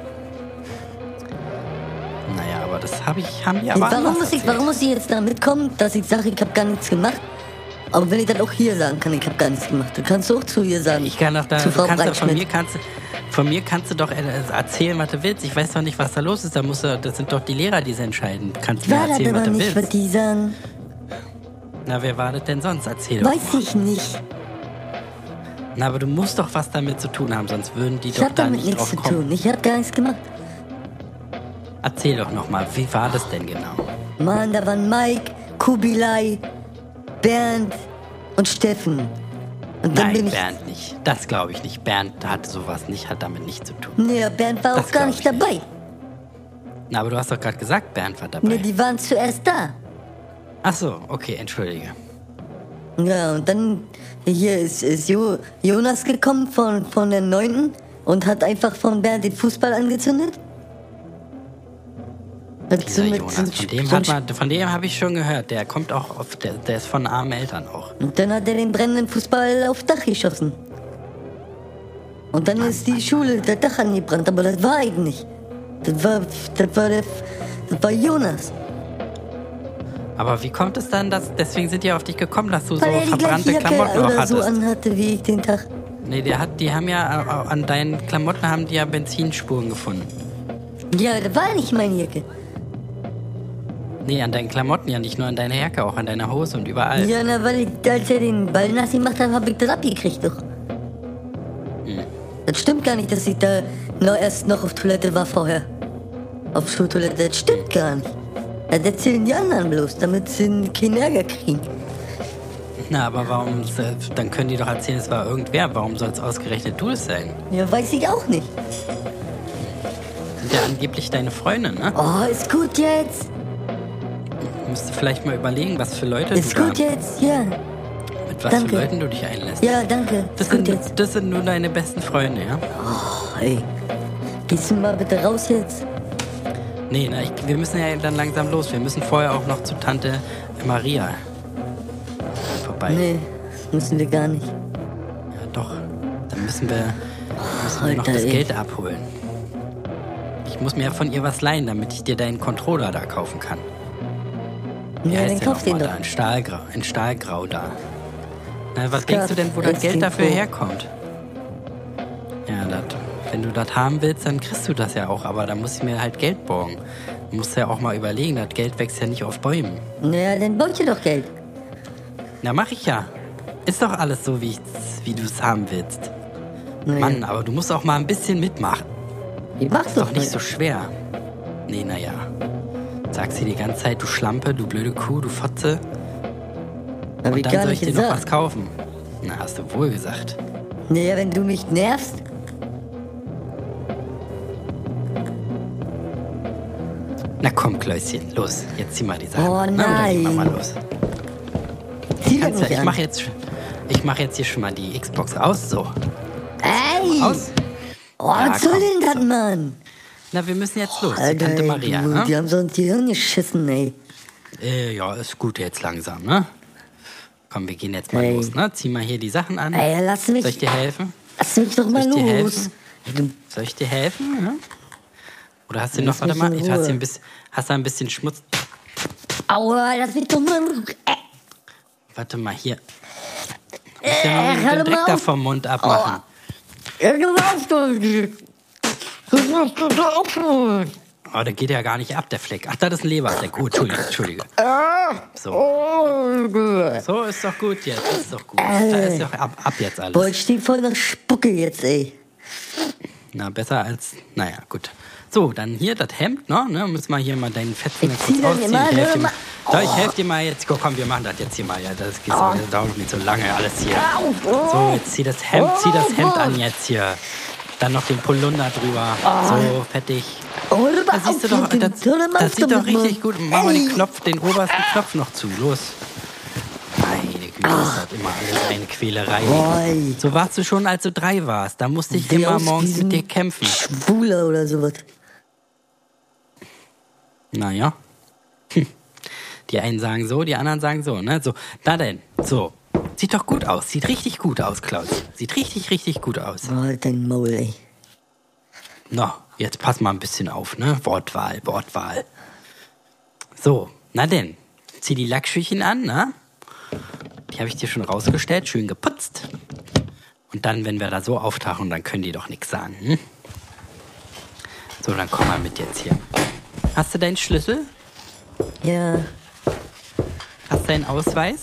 Speaker 1: Naja, aber das habe ich, haben die
Speaker 2: Und
Speaker 1: aber
Speaker 2: warum,
Speaker 1: anders
Speaker 2: muss ich,
Speaker 1: erzählt.
Speaker 2: warum muss ich jetzt da mitkommen, dass ich sage, ich hab gar nichts gemacht? Aber wenn ich dann auch hier sagen kann, ich hab gar nichts gemacht. Du kannst auch zu ihr sagen.
Speaker 1: Ich kann doch da,
Speaker 2: zu
Speaker 1: du
Speaker 2: Frau
Speaker 1: kannst doch von mir
Speaker 2: Breitschmidt.
Speaker 1: kannst, du- von mir kannst du doch äh, erzählen, was du willst. Ich weiß doch nicht, was da los ist. Da musst du, das sind doch die Lehrer, die es entscheiden. Du kannst
Speaker 2: Ich
Speaker 1: mir
Speaker 2: war das
Speaker 1: erzählen, was
Speaker 2: aber
Speaker 1: du
Speaker 2: nicht, was
Speaker 1: willst.
Speaker 2: die sagen.
Speaker 1: Na, wer war das denn sonst? Erzähl doch.
Speaker 2: Weiß ich nicht.
Speaker 1: Na, aber du musst doch was damit zu tun haben, sonst würden die
Speaker 2: Ich
Speaker 1: doch
Speaker 2: hab
Speaker 1: da
Speaker 2: damit
Speaker 1: nicht
Speaker 2: nichts
Speaker 1: drauf
Speaker 2: zu
Speaker 1: kommen.
Speaker 2: tun. Ich hab gar nichts gemacht.
Speaker 1: Erzähl doch nochmal, wie war das denn genau?
Speaker 2: Mann, da waren Mike, Kubilai, Bernd und Steffen. Und dann
Speaker 1: Nein,
Speaker 2: bin ich.
Speaker 1: Bernd nicht. Das glaube ich nicht. Bernd hatte sowas nicht, hat damit nichts zu tun.
Speaker 2: Nee, Bernd war
Speaker 1: Das
Speaker 2: auch gar
Speaker 1: glaub
Speaker 2: nicht
Speaker 1: ich nicht.
Speaker 2: dabei.
Speaker 1: Na, aber du hast doch gerade gesagt, Bernd war
Speaker 2: Nee,
Speaker 1: dabei.
Speaker 2: die waren zuerst da.
Speaker 1: Ach so, okay, entschuldige.
Speaker 2: Ja, und dann hier ist, ist jo Jonas gekommen von, von der Neunten und hat einfach von Bernd den Fußball angezündet. Hat
Speaker 1: Dieser Jonas,
Speaker 2: so-
Speaker 1: von dem,
Speaker 2: so-
Speaker 1: hat man, von dem habe ich schon gehört. Der kommt auch, auf, der, der ist von armen Eltern auch.
Speaker 2: Und dann hat er den brennenden Fußball aufs Dach geschossen. Und dann ist die Schule, der Dach angebrannt, aber das war ich nicht. Das war, das war, der, das war Jonas.
Speaker 1: Aber wie kommt es dann, dass, deswegen sind die auf dich gekommen, dass du so
Speaker 2: Weil er die
Speaker 1: verbrannte
Speaker 2: gleiche
Speaker 1: Klamotten auch
Speaker 2: Jacke oder so
Speaker 1: hattest?
Speaker 2: anhatte wie ich den Tag.
Speaker 1: nee, die, hat, die haben ja, äh, an deinen Klamotten haben die ja Benzinspuren gefunden.
Speaker 2: Ja, das war nicht meine Jacke.
Speaker 1: Nee, an deinen Klamotten ja, nicht nur an deiner Jacke, auch an deiner Hose und überall.
Speaker 2: Ja, na, weil ich, als er den Ball nass gemacht hat, hab ich das abgekriegt doch.
Speaker 1: Hm.
Speaker 2: Das stimmt gar nicht, dass ich da noch erst noch auf Toilette war vorher. Auf Schultoilette, das stimmt gar nicht. Das erzählen die anderen bloß, damit sie keinen Ärger kriegen.
Speaker 1: Na, aber warum, äh, dann können die doch erzählen, es war irgendwer. Warum soll es ausgerechnet du es sein?
Speaker 2: Ja, weiß ich auch nicht.
Speaker 1: sind ja angeblich deine Freunde, ne?
Speaker 2: Oh, ist gut jetzt.
Speaker 1: Musst du vielleicht mal überlegen, was für Leute
Speaker 2: Ist
Speaker 1: du da,
Speaker 2: gut jetzt, ja.
Speaker 1: mit was
Speaker 2: danke.
Speaker 1: für Leuten du dich einlässt.
Speaker 2: Ja, danke.
Speaker 1: das,
Speaker 2: Ist gut
Speaker 1: sind,
Speaker 2: jetzt.
Speaker 1: das sind nur deine besten Freunde, ja?
Speaker 2: Oh, ey. Gehst du mal bitte raus jetzt?
Speaker 1: Nee, na, ich, wir müssen ja dann langsam los. Wir müssen vorher auch noch zu Tante Maria vorbei.
Speaker 2: Nee, das müssen wir gar nicht.
Speaker 1: Ja, doch. Dann müssen wir, müssen wir noch
Speaker 2: Alter,
Speaker 1: das
Speaker 2: ey.
Speaker 1: Geld abholen. Ich muss mir ja von ihr was leihen, damit ich dir deinen Controller da kaufen kann.
Speaker 2: Nee,
Speaker 1: Der heißt
Speaker 2: dann kauf
Speaker 1: noch mal
Speaker 2: den doch.
Speaker 1: Da, ein, Stahlgrau, ein Stahlgrau da. Na, was
Speaker 2: Skat,
Speaker 1: denkst du denn, wo das
Speaker 2: als
Speaker 1: Geld
Speaker 2: Info.
Speaker 1: dafür herkommt? Ja, dat, wenn du das haben willst, dann kriegst du das ja auch. Aber da muss ich mir halt Geld borgen. Du musst ja auch mal überlegen, das Geld wächst ja nicht auf Bäumen.
Speaker 2: Naja, dann baut ihr doch Geld.
Speaker 1: Na, mach ich ja. Ist doch alles so, wie, ich's- wie du es haben willst.
Speaker 2: Naja,
Speaker 1: Mann, aber du musst auch mal ein bisschen mitmachen.
Speaker 2: ich mach's
Speaker 1: Ist doch nicht
Speaker 2: mal.
Speaker 1: so schwer. Nee, naja. Sag sie die ganze Zeit, du Schlampe, du blöde Kuh, du Fotze.
Speaker 2: Hab ich
Speaker 1: Und dann
Speaker 2: gar
Speaker 1: soll ich
Speaker 2: nicht
Speaker 1: dir noch was
Speaker 2: gesagt.
Speaker 1: kaufen. Na, hast du wohl gesagt.
Speaker 2: Naja, wenn du mich nervst,
Speaker 1: Na komm, Kläuschen, los. Jetzt zieh mal die Sachen.
Speaker 2: Oh,
Speaker 1: Na, und dann gehen wir
Speaker 2: nein.
Speaker 1: mal los.
Speaker 2: zieh doch
Speaker 1: Kannst ja,
Speaker 2: nicht
Speaker 1: ich
Speaker 2: an.
Speaker 1: mach jetzt, sch- ich mach jetzt hier schon mal die Xbox aus, so.
Speaker 2: Ey!
Speaker 1: Aus.
Speaker 2: Oh, was
Speaker 1: Ja,
Speaker 2: soll
Speaker 1: komm,
Speaker 2: denn das, Mann?
Speaker 1: Na, wir müssen jetzt los. die
Speaker 2: Alter,
Speaker 1: Tante
Speaker 2: ey,
Speaker 1: Maria,
Speaker 2: du,
Speaker 1: ne?
Speaker 2: die haben so ein Hirn geschissen, ey.
Speaker 1: Äh, ja, ist gut jetzt langsam, ne? Komm, wir gehen jetzt mal
Speaker 2: Ey.
Speaker 1: los, ne? Zieh mal hier die Sachen an.
Speaker 2: Ey, lass
Speaker 1: Soll ich
Speaker 2: mich,
Speaker 1: dir helfen?
Speaker 2: lass mich doch mal
Speaker 1: soll ich dir
Speaker 2: los. Du,
Speaker 1: Soll ich dir helfen? Ja? Oder hast du
Speaker 2: Lass
Speaker 1: noch, warte
Speaker 2: mich
Speaker 1: mal,
Speaker 2: in
Speaker 1: ich hast,
Speaker 2: Ruhe.
Speaker 1: hier ein bisschen, hast da ein bisschen Schmutz.
Speaker 2: aua, lass mich doch mal Äh, Ey,
Speaker 1: Warte mal, hier. Ich muss ja noch
Speaker 2: Äh, hör
Speaker 1: den
Speaker 2: doch
Speaker 1: Dreck
Speaker 2: mal
Speaker 1: da
Speaker 2: auf.
Speaker 1: vom Mund abmachen.
Speaker 2: irgendwas du. Das musst du doch aufhören.
Speaker 1: Oh, der geht ja gar nicht ab, der Fleck. Ach, das ist ein Leberfleck. Oh, Entschuldige, Entschuldige. So,
Speaker 2: Äh, Oh,
Speaker 1: so ist doch gut jetzt. Ist doch gut. Da ist doch ab, ab jetzt
Speaker 2: Boah,
Speaker 1: alles.
Speaker 2: ich steh voll nach Spucke jetzt, ey.
Speaker 1: Na, besser als. Naja, gut. So, dann hier das Hemd, ne? ne? Müssen wir hier mal deinen Fetzen
Speaker 2: Ich
Speaker 1: kurz
Speaker 2: zieh das
Speaker 1: ausziehen.
Speaker 2: immer,
Speaker 1: Ich helf dir mal.
Speaker 2: nur mal- Oh.
Speaker 1: Da, ich helfe dir mal jetzt. Guck, komm, wir machen das jetzt hier mal. Ja, das geht so, das dauert nicht so lange alles hier. So, jetzt zieh das Hemd, zieh
Speaker 2: Oh.
Speaker 1: das Hemd an jetzt hier. Dann noch den Polunder drüber. So, fertig.
Speaker 2: Oh, hör mal
Speaker 1: Da siehst du
Speaker 2: auf
Speaker 1: doch,
Speaker 2: mit dem-
Speaker 1: das,
Speaker 2: hör mal auf
Speaker 1: das sieht doch
Speaker 2: damit, Mann.
Speaker 1: richtig gut. Mach mal den
Speaker 2: Ey.
Speaker 1: Knopf, den obersten Knopf noch zu. Los. Meine Güte,
Speaker 2: Ah.
Speaker 1: das hat immer alles eine Quälerei.
Speaker 2: Oi.
Speaker 1: So warst du schon, als du drei warst. Da musste ich
Speaker 2: Wie
Speaker 1: immer
Speaker 2: aus
Speaker 1: morgens
Speaker 2: diesem
Speaker 1: mit dir kämpfen.
Speaker 2: Schwuler oder sowas.
Speaker 1: Naja. Hm. Die einen sagen so, die anderen sagen so, ne? So, na denn, so. Sieht doch gut aus. Sieht richtig gut aus, Klaus. Sieht richtig, richtig gut aus.
Speaker 2: Oh, halt dein Maul, ey.
Speaker 1: Na, jetzt pass mal ein bisschen auf, ne? Wortwahl, Wortwahl. So, na denn. Zieh die Lackschüchen an, ne? Die habe ich dir schon rausgestellt, schön geputzt. Und dann, wenn wir da so auftauchen, dann können die doch nichts sagen, hm? So, dann komm mal mit jetzt hier. Hast du deinen Schlüssel?
Speaker 2: Ja.
Speaker 1: Hast du deinen Ausweis?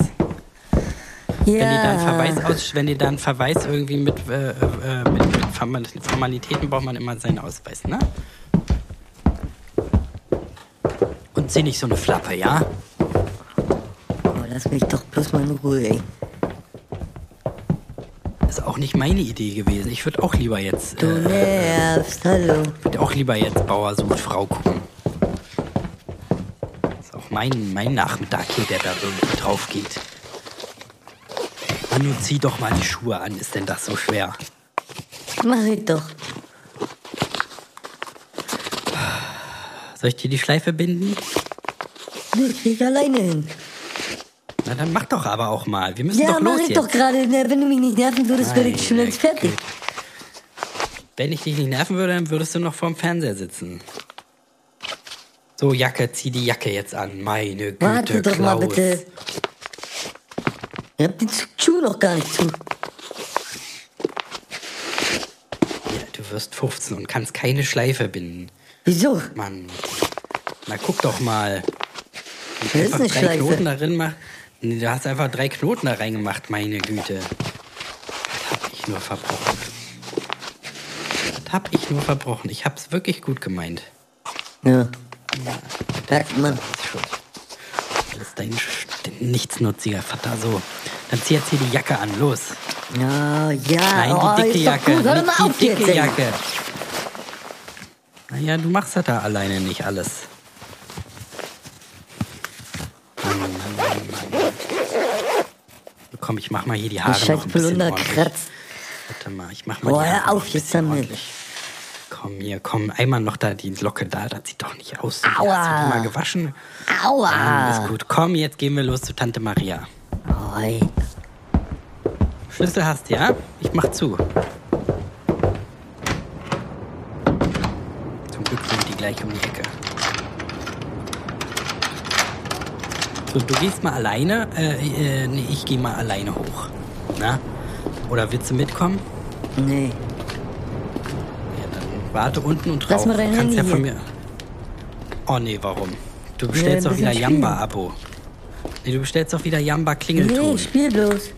Speaker 2: Ja.
Speaker 1: Wenn die dann Verweis aus, wenn die dann Verweis irgendwie mit, äh, äh, mit Formal- Formalitäten braucht man immer seinen Ausweis, ne? Und zieh nicht so eine Flappe, ja?
Speaker 2: Oh, lass mich doch bloß mal in Ruhe, ey.
Speaker 1: Ist auch nicht meine Idee gewesen. Ich würde auch lieber jetzt,
Speaker 2: Du
Speaker 1: äh,
Speaker 2: nervst, hallo.
Speaker 1: würd auch lieber jetzt Bauer sucht Frau gucken. Ist auch mein, mein Nachmittag hier, der da irgendwie drauf geht. Manu, zieh doch mal die Schuhe an. Ist denn das so schwer?
Speaker 2: Mach ich doch.
Speaker 1: Soll ich dir die Schleife binden?
Speaker 2: Ich krieg alleine hin.
Speaker 1: Na dann mach doch aber auch mal. Wir müssen
Speaker 2: Ja,
Speaker 1: doch
Speaker 2: mach
Speaker 1: los
Speaker 2: ich
Speaker 1: jetzt.
Speaker 2: doch gerade. Na, Wenn du mich nicht nerven würdest, wäre ich schon
Speaker 1: Meine
Speaker 2: längst fertig.
Speaker 1: Güte. Wenn ich dich nicht nerven würde, dann würdest du noch vorm Fernseher sitzen. So, Jacke, zieh die Jacke jetzt an. Meine Güte,
Speaker 2: Warte doch mal
Speaker 1: Klaus.
Speaker 2: bitte. Ihr habt den Schuh noch gar nicht zu.
Speaker 1: Ja, du wirst 15 und kannst keine Schleife binden.
Speaker 2: Wieso?
Speaker 1: Mann. Na, guck doch mal.
Speaker 2: Das ist eine
Speaker 1: drei Knoten
Speaker 2: Schleife.
Speaker 1: darin mach. Nee, du hast einfach drei Knoten da reingemacht, meine Güte. Das hab ich nur verbrochen. Das hab ich nur verbrochen. Ich hab's wirklich gut gemeint.
Speaker 2: Ja. Merkt man.
Speaker 1: Das ist dein Sch- dein nichtsnutziger Vater. So, dann zieh jetzt hier die Jacke an. Los.
Speaker 2: Ja, ja.
Speaker 1: Nein,
Speaker 2: oh,
Speaker 1: die dicke
Speaker 2: ist doch
Speaker 1: Jacke.
Speaker 2: Gut. Hör mal auf
Speaker 1: Nicht die dicke
Speaker 2: jetzt, ey.
Speaker 1: Jacke. Naja, du machst das da alleine nicht alles. Mann, Mann, Mann, Mann. Komm, ich mach mal hier die Haare
Speaker 2: Scheiß
Speaker 1: noch ein bisschen
Speaker 2: Plunder
Speaker 1: ordentlich.
Speaker 2: kratzt.
Speaker 1: Warte mal, ich mach mal
Speaker 2: Oh,
Speaker 1: die
Speaker 2: hör
Speaker 1: Haare noch
Speaker 2: auf
Speaker 1: ein
Speaker 2: jetzt
Speaker 1: bisschen
Speaker 2: damit.
Speaker 1: ordentlich. Komm, komm hier, komm, einmal noch da die Locke da, das sieht doch nicht aus. Hast du
Speaker 2: Aua.
Speaker 1: die mal gewaschen? Alles
Speaker 2: Aua!
Speaker 1: gut, komm, jetzt gehen wir los zu Tante Maria.
Speaker 2: Oi.
Speaker 1: Schlüssel hast du, ja? Ich mach zu. Zum Glück sind die gleich um die Ecke. So, du gehst mal alleine. Äh, äh, nee, ich gehe mal alleine hoch. Na? Oder willst du mitkommen?
Speaker 2: Nee.
Speaker 1: Ja, dann warte unten und
Speaker 2: Lass
Speaker 1: rauf.
Speaker 2: mal dein
Speaker 1: du kannst
Speaker 2: Handy
Speaker 1: ja von
Speaker 2: hier.
Speaker 1: mir. Oh nee, warum? Du bestellst
Speaker 2: ein
Speaker 1: doch wieder
Speaker 2: bisschen spielen.
Speaker 1: Jamba-Abo. Nee, du bestellst doch wieder Jamba-Klingelton.
Speaker 2: Nee, spiel bloß.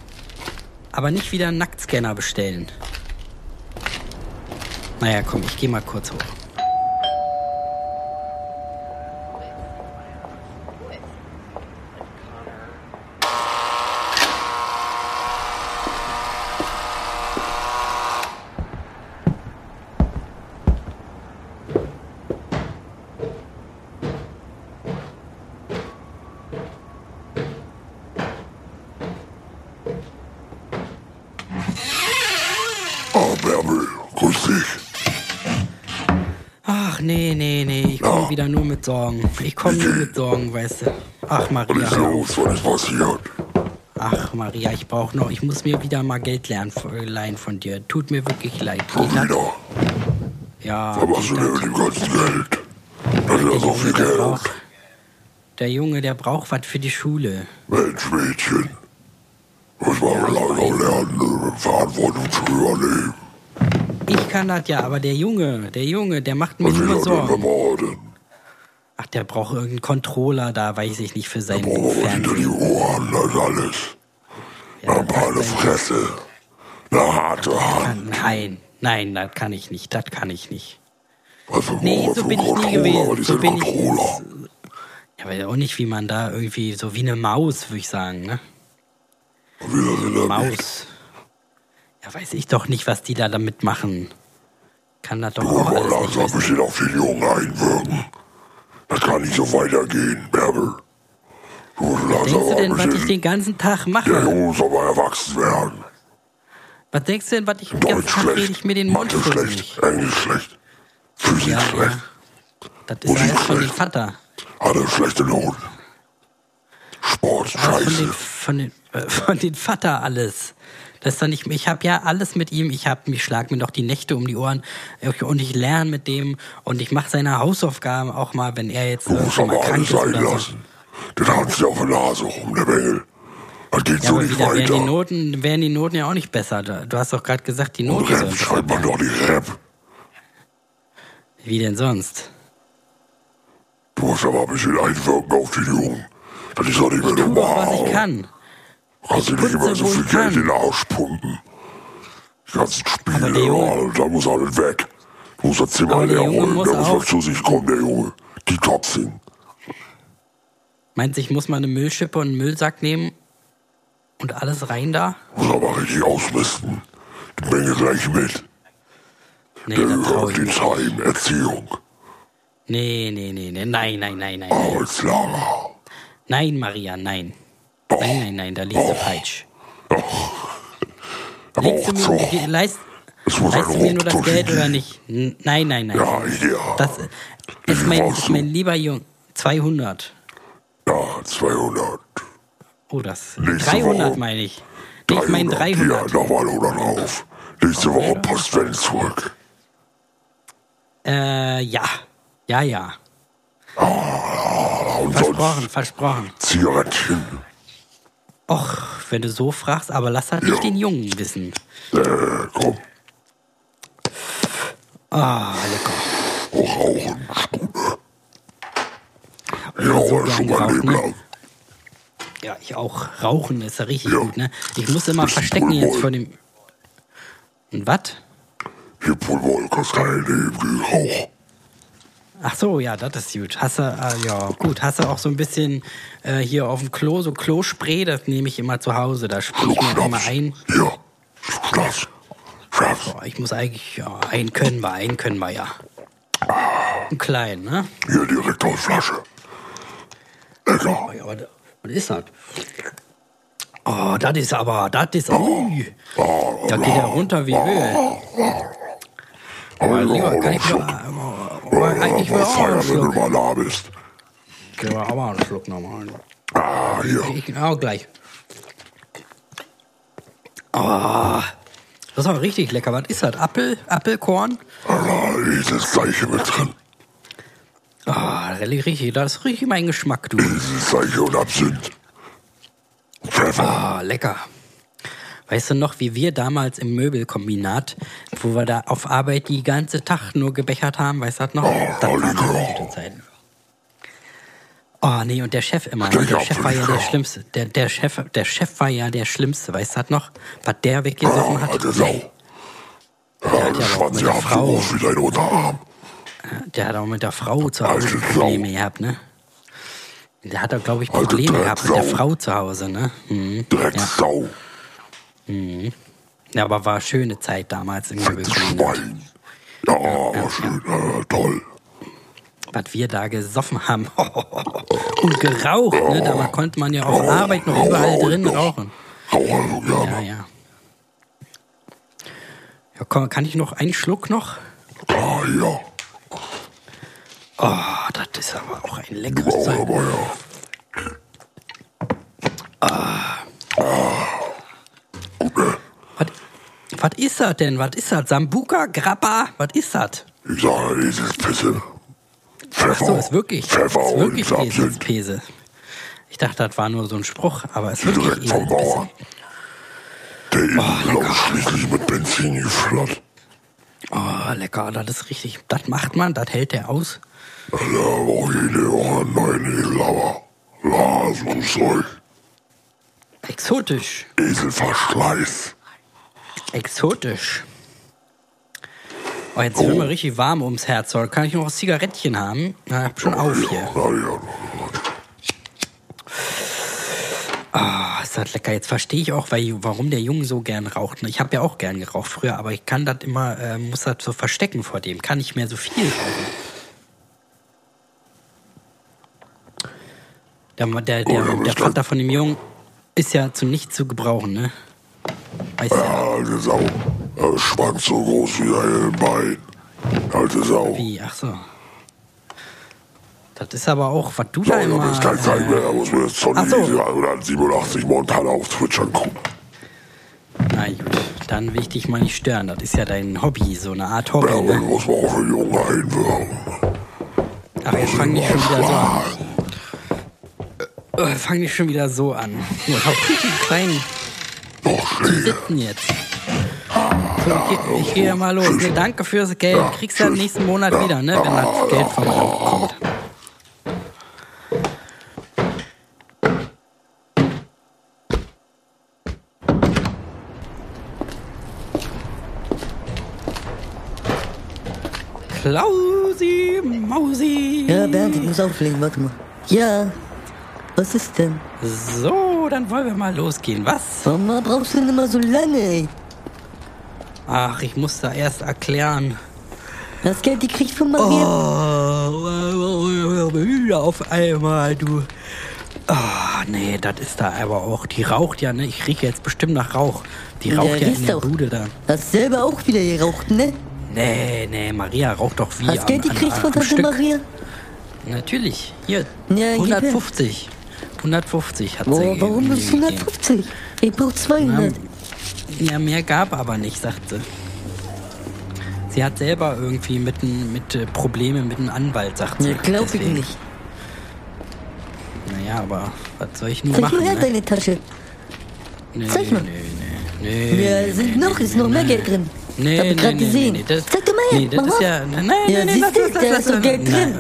Speaker 1: Aber nicht wieder einen Nacktscanner bestellen. Naja, komm, ich geh mal kurz hoch.
Speaker 4: Ah, Bärbel, grüß dich.
Speaker 1: Ach, nee, nee, nee, ich komm wieder nur mit Sorgen. Ich komm nur mit Sorgen, weißt du. Ach,
Speaker 4: Was
Speaker 1: Maria.
Speaker 4: ist los? Was ist passiert?
Speaker 1: Ach, Maria, ich brauch noch. Ich muss mir wieder mal Geld lernen, leihen von dir. Tut mir wirklich leid.
Speaker 4: Schon
Speaker 1: Geht das?
Speaker 4: wieder.
Speaker 1: Ja,
Speaker 4: Was machst du
Speaker 1: geht das?
Speaker 4: denn mit dem ganzen Geld? Das ist ja so viel
Speaker 1: der,
Speaker 4: Geld.
Speaker 1: braucht, der Junge, der braucht was für die Schule.
Speaker 4: Mensch, Mädchen. Muss man langsam lernen, äh, Verantwortung zu übernehmen.
Speaker 1: Ich kann das ja, aber der Junge, der Junge, der macht mir
Speaker 4: Was ist
Speaker 1: nur
Speaker 4: das denn
Speaker 1: Sorgen.
Speaker 4: geworden?
Speaker 1: Ach, der braucht irgendeinen Controller da, weiß ich nicht, für seinen
Speaker 4: Brauchen wir uns hinter die
Speaker 1: Fernsehen.
Speaker 4: Ohren, das alles.
Speaker 1: Ja,
Speaker 4: Na,
Speaker 1: das
Speaker 4: meine
Speaker 1: sein-
Speaker 4: Fresse. Eine harte Hand.
Speaker 1: Nein, nein, das kann ich nicht, das kann ich nicht.
Speaker 4: Was für
Speaker 1: Nee,
Speaker 4: was
Speaker 1: so
Speaker 4: für
Speaker 1: bin ich nie
Speaker 4: Controller, aber
Speaker 1: gewesen.
Speaker 4: die
Speaker 1: So
Speaker 4: sind
Speaker 1: bin ich. äh,
Speaker 4: Controller.
Speaker 1: Ja, aber auch nicht, wie man da irgendwie, so wie eine Maus, würde ich sagen, ne?
Speaker 4: Wir sind ja nicht.
Speaker 1: Maus. Ja, weiß ich doch nicht, was die da damit machen. Kann das doch
Speaker 4: Wollen
Speaker 1: auch
Speaker 4: wir
Speaker 1: alles nicht
Speaker 4: langsam ein
Speaker 1: wissen.
Speaker 4: bisschen auf die Jungen einwirken? Das kann nicht so weitergehen, Bärbel. Du musst langsam
Speaker 1: Denkst du
Speaker 4: mal ein
Speaker 1: denn, was ich
Speaker 4: bisschen.
Speaker 1: den ganzen Tag
Speaker 4: Der
Speaker 1: mache?
Speaker 4: Junge muss aber erwachsen werden.
Speaker 1: Was denkst du denn, was ich den ganzen
Speaker 4: Deutsch
Speaker 1: Tag rede ich
Speaker 4: schlecht,
Speaker 1: mir den Mund
Speaker 4: Mathe
Speaker 1: voll
Speaker 4: schlecht,
Speaker 1: nicht?
Speaker 4: Englisch schlecht, Physik
Speaker 1: Ja, ja.
Speaker 4: schlecht,
Speaker 1: Das ist
Speaker 4: Musik
Speaker 1: alles von dem
Speaker 4: schlecht.
Speaker 1: Vater.
Speaker 4: alle schlechte Noten. Sport
Speaker 1: Was von den,
Speaker 4: scheiße.
Speaker 1: von den, äh, von den Vater alles. Das ist doch nicht, ich habe ja alles mit ihm. Ich hab, ich schlag mir doch die Nächte um die Ohren ich- und ich lerne mit dem und ich mache seine Hausaufgaben auch mal, wenn er jetzt
Speaker 4: Du musst
Speaker 1: irgendwie mal
Speaker 4: aber alles
Speaker 1: krank ist
Speaker 4: sein
Speaker 1: oder so.
Speaker 4: lassen. Den Hans ja auf der Nase rum, der Bengel. Das geht
Speaker 1: Ja,
Speaker 4: so
Speaker 1: aber
Speaker 4: nicht
Speaker 1: wieder wären die
Speaker 4: weiter.
Speaker 1: Noten, wären die Noten ja auch nicht besser. Da- Du hast doch gerade gesagt, die Noten
Speaker 4: Rap
Speaker 1: sind.
Speaker 4: schreibt man doch nicht Rap.
Speaker 1: Wie denn sonst?
Speaker 4: Du musst aber ein bisschen einwirken auf die Jungen. Das ist doch nicht mehr
Speaker 1: Tu doch, was
Speaker 4: normal.
Speaker 1: ich kann.
Speaker 4: Kannst du Also nicht
Speaker 1: putze,
Speaker 4: immer so
Speaker 1: wo
Speaker 4: viel
Speaker 1: ich
Speaker 4: Geld
Speaker 1: kann.
Speaker 4: in den Arsch pumpen? Die ganzen Spiele,
Speaker 1: der Junge-
Speaker 4: ja, da muss alles weg. Muss das Zimmer
Speaker 1: Aber der
Speaker 4: leer
Speaker 1: Junge
Speaker 4: holen,
Speaker 1: muss
Speaker 4: der muss mal
Speaker 1: auch-
Speaker 4: zu sich kommen, der Junge. Detoxing.
Speaker 1: Meinst du, ich muss mal eine Müllschippe und einen Müllsack nehmen und alles rein da?
Speaker 4: Muss aber richtig ausmisten. Die Menge gleich mit.
Speaker 1: Nee,
Speaker 4: Der
Speaker 1: das trau
Speaker 4: gehört
Speaker 1: ich
Speaker 4: ins
Speaker 1: nicht.
Speaker 4: Heim, Erziehung,
Speaker 1: Nee, nee, nee, nee, nein, nein, nein, nein. nein.
Speaker 4: Arbeitslager.
Speaker 1: Nein, Maria, nein.
Speaker 4: Doch.
Speaker 1: Nein, nein, nein, da liegst du
Speaker 4: Och.
Speaker 1: falsch.
Speaker 4: Aber
Speaker 1: Legst
Speaker 4: auch
Speaker 1: du mir,
Speaker 4: Zucht.
Speaker 1: ge- leist,
Speaker 4: Es muss
Speaker 1: leist du
Speaker 4: ein
Speaker 1: mir nur das
Speaker 4: Rottusch
Speaker 1: Geld oder
Speaker 4: geben.
Speaker 1: nicht? N- Nein, nein, nein.
Speaker 4: Ja, ja.
Speaker 1: Das ist mein, ist mein lieber Junge. 200.
Speaker 4: ja, 200.
Speaker 1: Oh, das.
Speaker 4: Nächste
Speaker 1: 300
Speaker 4: Woche.
Speaker 1: meine ich. Nee, ich meine 300.
Speaker 4: Ja, nochmal 100 drauf. Nächste Woche Postwende zurück.
Speaker 1: Äh, ja. Ja, ja.
Speaker 4: Ah, und
Speaker 1: Versprochen,
Speaker 4: sonst
Speaker 1: versprochen.
Speaker 4: Zigarettchen.
Speaker 1: Och, wenn du so fragst, aber lass das nicht
Speaker 4: Ja.
Speaker 1: den Jungen wissen.
Speaker 4: Äh, komm,
Speaker 1: Ah, lecker.
Speaker 4: auch Oh, rauchen. Ja,
Speaker 1: so
Speaker 4: aber
Speaker 1: gern
Speaker 4: schon mein
Speaker 1: geraucht,
Speaker 4: Leben
Speaker 1: ne?
Speaker 4: lang.
Speaker 1: Ja, ich auch. Rauchen ist ja richtig
Speaker 4: Ja.
Speaker 1: gut, ne? Ich muss immer
Speaker 4: Bisschen
Speaker 1: verstecken jetzt
Speaker 4: Pulver.
Speaker 1: vor dem. Und was?
Speaker 4: Hier Pulverkos kein Leben geraucht.
Speaker 1: Ach so, ja, das ist gut. Hast du, äh, ja, gut. Hast du auch so ein bisschen äh, hier auf dem Klo, so Klospray, das nehme ich immer zu Hause. Da sprühe ich
Speaker 4: Schluck
Speaker 1: mir immer
Speaker 4: Schnaps.
Speaker 1: ein.
Speaker 4: Ja, Schnaps. Schnaps.
Speaker 1: Boah, ich muss eigentlich, ja, einen können wir, einen können wir ja. Einen kleinen, ne?
Speaker 4: Hier direkt aus Flasche. Lecker.
Speaker 1: Oh, Ja, aber da- was ist das? Oh, das ist aber, das ist, ui,
Speaker 4: Ah,
Speaker 1: da geht er runter wie Öl.
Speaker 4: Aber
Speaker 1: Mein
Speaker 4: ich
Speaker 1: Lieber,
Speaker 4: auch noch
Speaker 1: kann
Speaker 4: einen
Speaker 1: ich will,
Speaker 4: Schluck.
Speaker 1: äh,
Speaker 4: Äh,
Speaker 1: äh, ich will
Speaker 4: mal
Speaker 1: auch noch einen
Speaker 4: feiern, wenn du
Speaker 1: Schluck.
Speaker 4: mal da bist.
Speaker 1: Ich will auch mal einen Schluck nochmal.
Speaker 4: Ah, hier.
Speaker 1: Ich auch gleich. Ah, das ist aber richtig lecker. Was ist das? Apfel? Apfelkorn?
Speaker 4: Ah, dieses Seiche mit drin.
Speaker 1: Ah, richtig, das ist richtig mein Geschmack, du.
Speaker 4: Dieses Seiche und Absinth. Pfeffer.
Speaker 1: Ah, lecker. Weißt du noch, wie wir damals im Möbelkombinat, wo wir da auf Arbeit die ganze Tag nur gebechert haben, weißt du das noch?
Speaker 4: Oh,
Speaker 1: das
Speaker 4: lecker.
Speaker 1: noch gute Zeiten. Oh nee, und der Chef immer, ne?
Speaker 4: Steak
Speaker 1: der
Speaker 4: auf
Speaker 1: Chef war ja der
Speaker 4: lecker.
Speaker 1: Schlimmste. Der, der, Chef, der Chef war ja der Schlimmste, weißt du das noch? Was der weggesoffen
Speaker 4: Ah,
Speaker 1: hat?
Speaker 4: alte Sau. Ja,
Speaker 1: hat
Speaker 4: den
Speaker 1: ja auch
Speaker 4: Schwanz
Speaker 1: mit der
Speaker 4: gehabt, so
Speaker 1: Frau.
Speaker 4: groß wie dein Unterarm.
Speaker 1: Der hat auch mit der Frau zu
Speaker 4: Alte
Speaker 1: Hause
Speaker 4: Sau.
Speaker 1: Probleme gehabt, ne? Der hat doch, glaube ich,
Speaker 4: Alte
Speaker 1: Probleme gehabt mit der
Speaker 4: Drecksau.
Speaker 1: Frau zu Hause, ne? Mhm.
Speaker 4: Drecksau.
Speaker 1: Ja, aber war schöne Zeit damals im
Speaker 4: Fettes
Speaker 1: Möbelkombinat.
Speaker 4: Schwein. Ja, war schön. Ja, toll.
Speaker 1: was wir da gesoffen haben und geraucht. Ne? Da konnte man ja auf der Arbeit noch überall drin rauchen.
Speaker 4: Raucher so
Speaker 1: Ja,
Speaker 4: gerne.
Speaker 1: ja. ja komm, kann ich noch einen Schluck noch?
Speaker 4: Ah, ja.
Speaker 1: Oh, das ist aber auch ein leckeres
Speaker 4: Raucher
Speaker 1: Zeug.
Speaker 4: aber ja.
Speaker 1: Ah.
Speaker 4: Ah.
Speaker 1: Was, was ist das denn? Was ist das? Sambuka? Grappa? Was ist das?
Speaker 4: Ich sage, dieses Pisse. Pfeffer.
Speaker 1: So, ist wirklich.
Speaker 4: Pfeffer
Speaker 1: ist wirklich
Speaker 4: und
Speaker 1: Pese, ist
Speaker 4: Absinth.
Speaker 1: Pese. Ich dachte, das war nur so ein Spruch, aber es ist wirklich
Speaker 4: Direkt vom
Speaker 1: Esel- Pese.
Speaker 4: Bauern. Der Esel ist ausschließlich mit Benzin geflattert.
Speaker 1: Oh, lecker, das ist richtig. Das macht man, das hält der aus.
Speaker 4: Da brauche ich jede Woche einen neuen Esel, aber. Ja, so ein Zeug.
Speaker 1: Exotisch.
Speaker 4: Eselverschleiß.
Speaker 1: Exotisch. Oh, jetzt wird mir richtig warm ums Herz. Oder kann ich noch ein Zigarettchen haben? Na, ich hab schon auf hier.
Speaker 4: Ja, ja.
Speaker 1: Ah, ist das lecker. Jetzt verstehe ich auch, weil, warum der Junge so gern raucht. Ne, Ich habe ja auch gern geraucht früher, aber ich kann das immer, äh, muss das so verstecken vor dem. Kann nicht mehr so viel rauchen. Der, der,
Speaker 4: Oh,
Speaker 1: der, der Vater von dem Jungen ist ja zu nichts zu gebrauchen, ne? Weißt du,
Speaker 4: Ja, alte Äh, Sau. Er schwankt so groß wie ein Bein. Alte Sau.
Speaker 1: Wie, ach so. Das ist aber auch, was du
Speaker 4: So,
Speaker 1: da
Speaker 4: ich habe
Speaker 1: immer...
Speaker 4: jetzt keine Zeit mehr. Da muss mir jetzt Sonny
Speaker 1: Ach so.
Speaker 4: Lisa oder 87 Montana auf Twitch angucken.
Speaker 1: Na gut, dann will ich dich mal nicht stören. Das ist ja dein Hobby, so eine Art Hobby, ne?
Speaker 4: Bärbel muss man auch für Junge einwirken.
Speaker 1: Ach, jetzt fang nicht schon wieder so an.
Speaker 4: Fragen.
Speaker 1: Äh, Fang nicht schon wieder so an. Nur auf richtig kleinen
Speaker 4: Noch Schläge.
Speaker 1: Sitten jetzt. So, ich, geh- ich gehe mal los. Ne, danke fürs Geld. Kriegst du ja nächsten Monat wieder, ne? Wenn das Geld vom Amt kommt. Klausi, Mausi.
Speaker 2: Ja, Bernd, ich muss auflegen, warte mal. Ja, was ist denn?
Speaker 1: So, dann wollen wir mal losgehen. Was?
Speaker 2: Warum brauchst du denn immer so lange, ey?
Speaker 1: Ach, ich muss da erst erklären.
Speaker 2: Das Geld, die kriegt von Maria.
Speaker 1: Oh, müde auf einmal, du. Ah, nee, das ist da aber auch. Die raucht ja, ne? Ich rieche jetzt bestimmt nach Rauch. Die raucht ja, in
Speaker 2: riecht
Speaker 1: der
Speaker 2: auch.
Speaker 1: Bude da.
Speaker 2: Hast selber auch wieder geraucht, ne?
Speaker 1: Nee, nee, Maria raucht doch wie
Speaker 2: Hast Geld, die kriegt von
Speaker 1: am
Speaker 2: Tante Maria?
Speaker 1: Natürlich. Hier,
Speaker 2: gib her.
Speaker 1: 150. 150 hat
Speaker 2: Boah,
Speaker 1: sie
Speaker 2: warum
Speaker 1: mir
Speaker 2: bloß
Speaker 1: gegeben.
Speaker 2: 150? Ich brauch 200.
Speaker 1: Ja, mehr gab aber nicht, sagt sie. Sie hat selber irgendwie mit, n- mit äh, Probleme mit einem Anwalt, sagt sie.
Speaker 2: Ja, glaub ich
Speaker 1: Deswegen.
Speaker 2: nicht.
Speaker 1: Naja, aber was soll ich nun
Speaker 2: Zeig
Speaker 1: machen?
Speaker 2: mal her
Speaker 1: ne?
Speaker 2: deine Tasche.
Speaker 1: Nee,
Speaker 2: Zeig mal.
Speaker 1: Nee, nee, nee,
Speaker 2: Ja,
Speaker 1: nee,
Speaker 2: sind noch, ist noch mehr Geld drin.
Speaker 1: Nee,
Speaker 2: Hab ich
Speaker 1: nee,
Speaker 2: grad
Speaker 1: nee,
Speaker 2: gesehen.
Speaker 1: nee, nee, das,
Speaker 2: Zeig doch mal her.
Speaker 1: Nee, das
Speaker 2: mach
Speaker 1: ist
Speaker 2: auf.
Speaker 1: ja... Nein, nein,
Speaker 2: Ja,
Speaker 1: nein,
Speaker 2: siehst
Speaker 1: lass
Speaker 2: du,
Speaker 1: das,
Speaker 2: da
Speaker 1: lass
Speaker 2: ist doch
Speaker 1: das.
Speaker 2: Geld
Speaker 1: Nein,
Speaker 2: drin.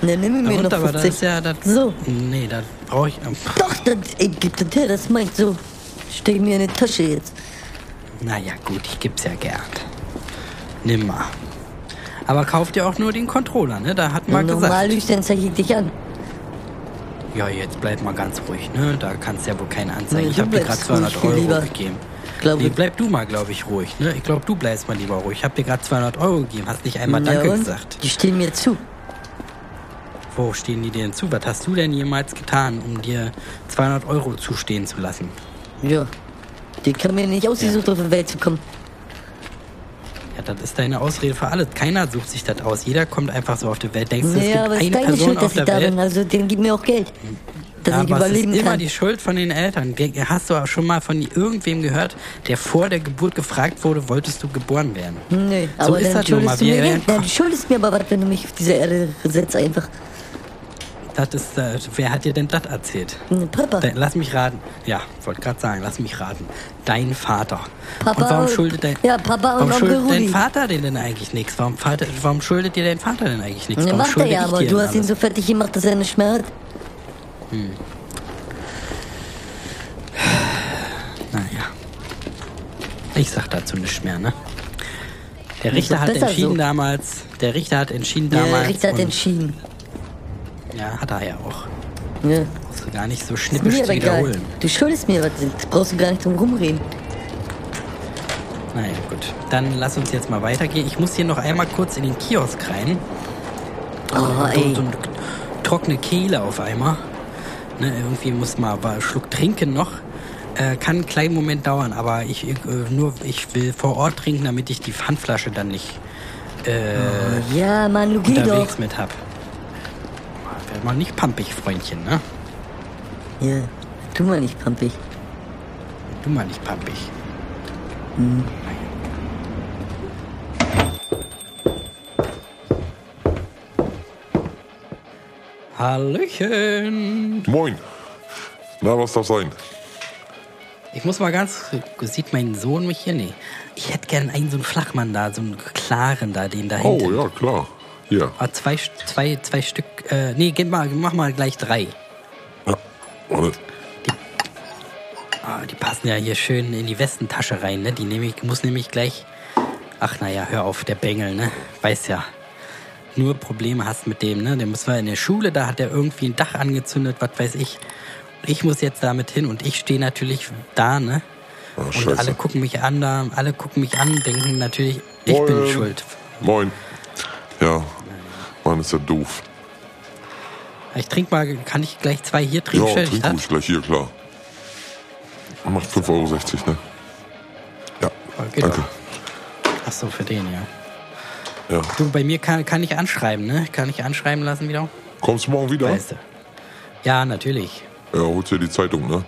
Speaker 2: Na, nimm mir
Speaker 1: Darunter,
Speaker 2: noch
Speaker 1: aber
Speaker 2: 50.
Speaker 1: das ist ja... Das,
Speaker 2: So.
Speaker 1: Nee, das brauche ich... ähm,
Speaker 2: Doch, dann, ey, gib das her, das meint so. Steck mir in die Tasche jetzt.
Speaker 1: Naja, gut, ich gib's ja gern. Nimm mal. Aber kauf dir auch nur den Controller, ne? Da hat man
Speaker 2: Normal
Speaker 1: gesagt...
Speaker 2: Lüchtern zeig ich dich an.
Speaker 1: Ja, jetzt bleib mal ganz ruhig, ne? Da kannst ja wohl keine Anzeige.
Speaker 2: Nee,
Speaker 1: ich
Speaker 2: du
Speaker 1: hab dir gerade
Speaker 2: bleibst
Speaker 1: 200
Speaker 2: ruhig, viel
Speaker 1: Euro
Speaker 2: lieber.
Speaker 1: gegeben.
Speaker 2: Glaub
Speaker 1: nee,
Speaker 2: ich.
Speaker 1: bleib du mal, glaube ich, ruhig, ne? Ich glaube, du bleibst mal lieber ruhig. Ich hab dir gerade 200 Euro gegeben, hast nicht einmal
Speaker 2: Ja,
Speaker 1: Danke
Speaker 2: und?
Speaker 1: gesagt.
Speaker 2: Die stehen mir zu.
Speaker 1: Wo stehen die denn zu? Was hast du denn jemals getan, um dir 200 Euro zustehen zu lassen?
Speaker 2: Ja. Die kann mir nicht ausgesucht, auf die Welt zu kommen.
Speaker 1: Ja, das ist deine Ausrede für alles. Keiner sucht sich das aus. Jeder kommt einfach so auf die Welt. Denkst du, es
Speaker 2: Naja, aber es ist
Speaker 1: gibt eine
Speaker 2: deine
Speaker 1: Person
Speaker 2: Schuld,
Speaker 1: auf
Speaker 2: dass ich
Speaker 1: der
Speaker 2: da
Speaker 1: Welt?
Speaker 2: bin. Also, den gib mir auch Geld. Dass
Speaker 1: Ja,
Speaker 2: ich
Speaker 1: aber es ist
Speaker 2: überleben
Speaker 1: immer
Speaker 2: kann.
Speaker 1: die Schuld von den Eltern. Ge- Hast du auch schon mal von irgendwem gehört, der vor der Geburt gefragt wurde, wolltest du geboren werden?
Speaker 2: Nee,
Speaker 1: So
Speaker 2: aber
Speaker 1: ist
Speaker 2: dann
Speaker 1: das nun mal.
Speaker 2: schuldest du mir
Speaker 1: Wir-
Speaker 2: Geld. Dann schuldest mir aber was, wenn du mich auf diese Erde setzt, einfach.
Speaker 1: Das ist, äh, wer hat dir denn das erzählt?
Speaker 2: Ne, Papa.
Speaker 1: De, lass mich raten. Ja, wollte gerade sagen, lass mich raten. Dein Vater.
Speaker 2: Papa
Speaker 1: und warum
Speaker 2: und-
Speaker 1: schuldet dein,
Speaker 2: ja, Papa und
Speaker 1: warum
Speaker 2: Onkel
Speaker 1: schuldet dein
Speaker 2: Rudi.
Speaker 1: Vater dir denn eigentlich nichts? Warum, Vater, warum schuldet dir dein Vater denn eigentlich nichts?
Speaker 2: Ne,
Speaker 1: Warum
Speaker 2: macht er
Speaker 1: schuldet
Speaker 2: ja,
Speaker 1: ich
Speaker 2: aber
Speaker 1: dir
Speaker 2: du
Speaker 1: denn
Speaker 2: hast ihn
Speaker 1: alles?
Speaker 2: so fertig gemacht, dass er nicht mehr hat.
Speaker 1: Naja. Ich sag dazu nichts mehr, ne? Der Richter
Speaker 2: doch
Speaker 1: hat
Speaker 2: besser
Speaker 1: entschieden
Speaker 2: so.
Speaker 1: damals. Der Richter hat entschieden
Speaker 2: Ja, halt
Speaker 1: damals.
Speaker 2: Der Richter hat
Speaker 1: und-
Speaker 2: entschieden.
Speaker 1: Ja, hat er ja auch.
Speaker 2: Ja.
Speaker 1: Musst du gar nicht so
Speaker 2: Mir
Speaker 1: schnippisch
Speaker 2: aber egal.
Speaker 1: wiederholen.
Speaker 2: Du schuldest mir was, das brauchst du gar nicht drum rumreden.
Speaker 1: Naja, gut. Dann lass uns jetzt mal weitergehen. Ich muss hier noch einmal kurz in den Kiosk rein.
Speaker 2: Oh,
Speaker 1: so,
Speaker 2: ey.
Speaker 1: so eine trockene Kehle auf einmal. Ne, irgendwie muss man aber einen Schluck trinken noch. Äh, kann einen kleinen Moment dauern, aber ich, äh, nur, ich will vor Ort trinken, damit ich die Pfandflasche dann nicht
Speaker 2: Ja, Mann, du geh doch.
Speaker 1: unterwegs mit hab. Werd mal nicht pampig, Freundchen, ne?
Speaker 2: Ja, tu mal nicht pampig.
Speaker 1: Du mal nicht pampig.
Speaker 2: Hm.
Speaker 1: Hallöchen!
Speaker 4: Moin. Na, was darf sein?
Speaker 1: Ich muss mal ganz. Sieht mein Sohn mich hier? Nee. Ich hätte gern einen so einen Flachmann da, so einen klaren da, den da
Speaker 4: Oh,
Speaker 1: hinten.
Speaker 4: ja, klar. Hier.
Speaker 1: Ah, zwei, zwei, zwei Stück. Äh, nee, gib mal, mach mal gleich drei.
Speaker 4: Ja. Warte.
Speaker 1: Ah, die passen ja hier schön in die Westentasche rein, ne? Die nehme ich, muss nämlich gleich. Ach naja, hör auf, der Bengel, ne? Weiß ja. Nur Probleme hast mit dem, ne? Den müssen wir in der Schule, da hat er irgendwie ein Dach angezündet, was weiß ich. Und ich muss jetzt damit hin und ich stehe natürlich da, ne?
Speaker 4: Ah,
Speaker 1: und
Speaker 4: scheiße.
Speaker 1: alle gucken mich an, da, alle gucken mich an, denken natürlich, ich bin
Speaker 4: Moin.
Speaker 1: schuld.
Speaker 4: Moin. Ja. Mann, ist ja doof.
Speaker 1: Ich trinke mal, kann ich ne? gleich zwei hier
Speaker 4: Ja,
Speaker 1: trinken? stell dich
Speaker 4: trink
Speaker 1: das?
Speaker 4: ruhig gleich hier, klar. Macht 5,60 Euro, ne? Ja.
Speaker 1: Oh, geht
Speaker 4: Danke.
Speaker 1: Ach so, für den, ja.
Speaker 4: Ja.
Speaker 1: Du, bei mir kann, kann ich anschreiben, ne? Kann ich anschreiben lassen wieder?
Speaker 4: Kommst du morgen wieder?
Speaker 1: Weißt du. Ja, natürlich.
Speaker 4: Ja, holst dir die Zeitung, ne?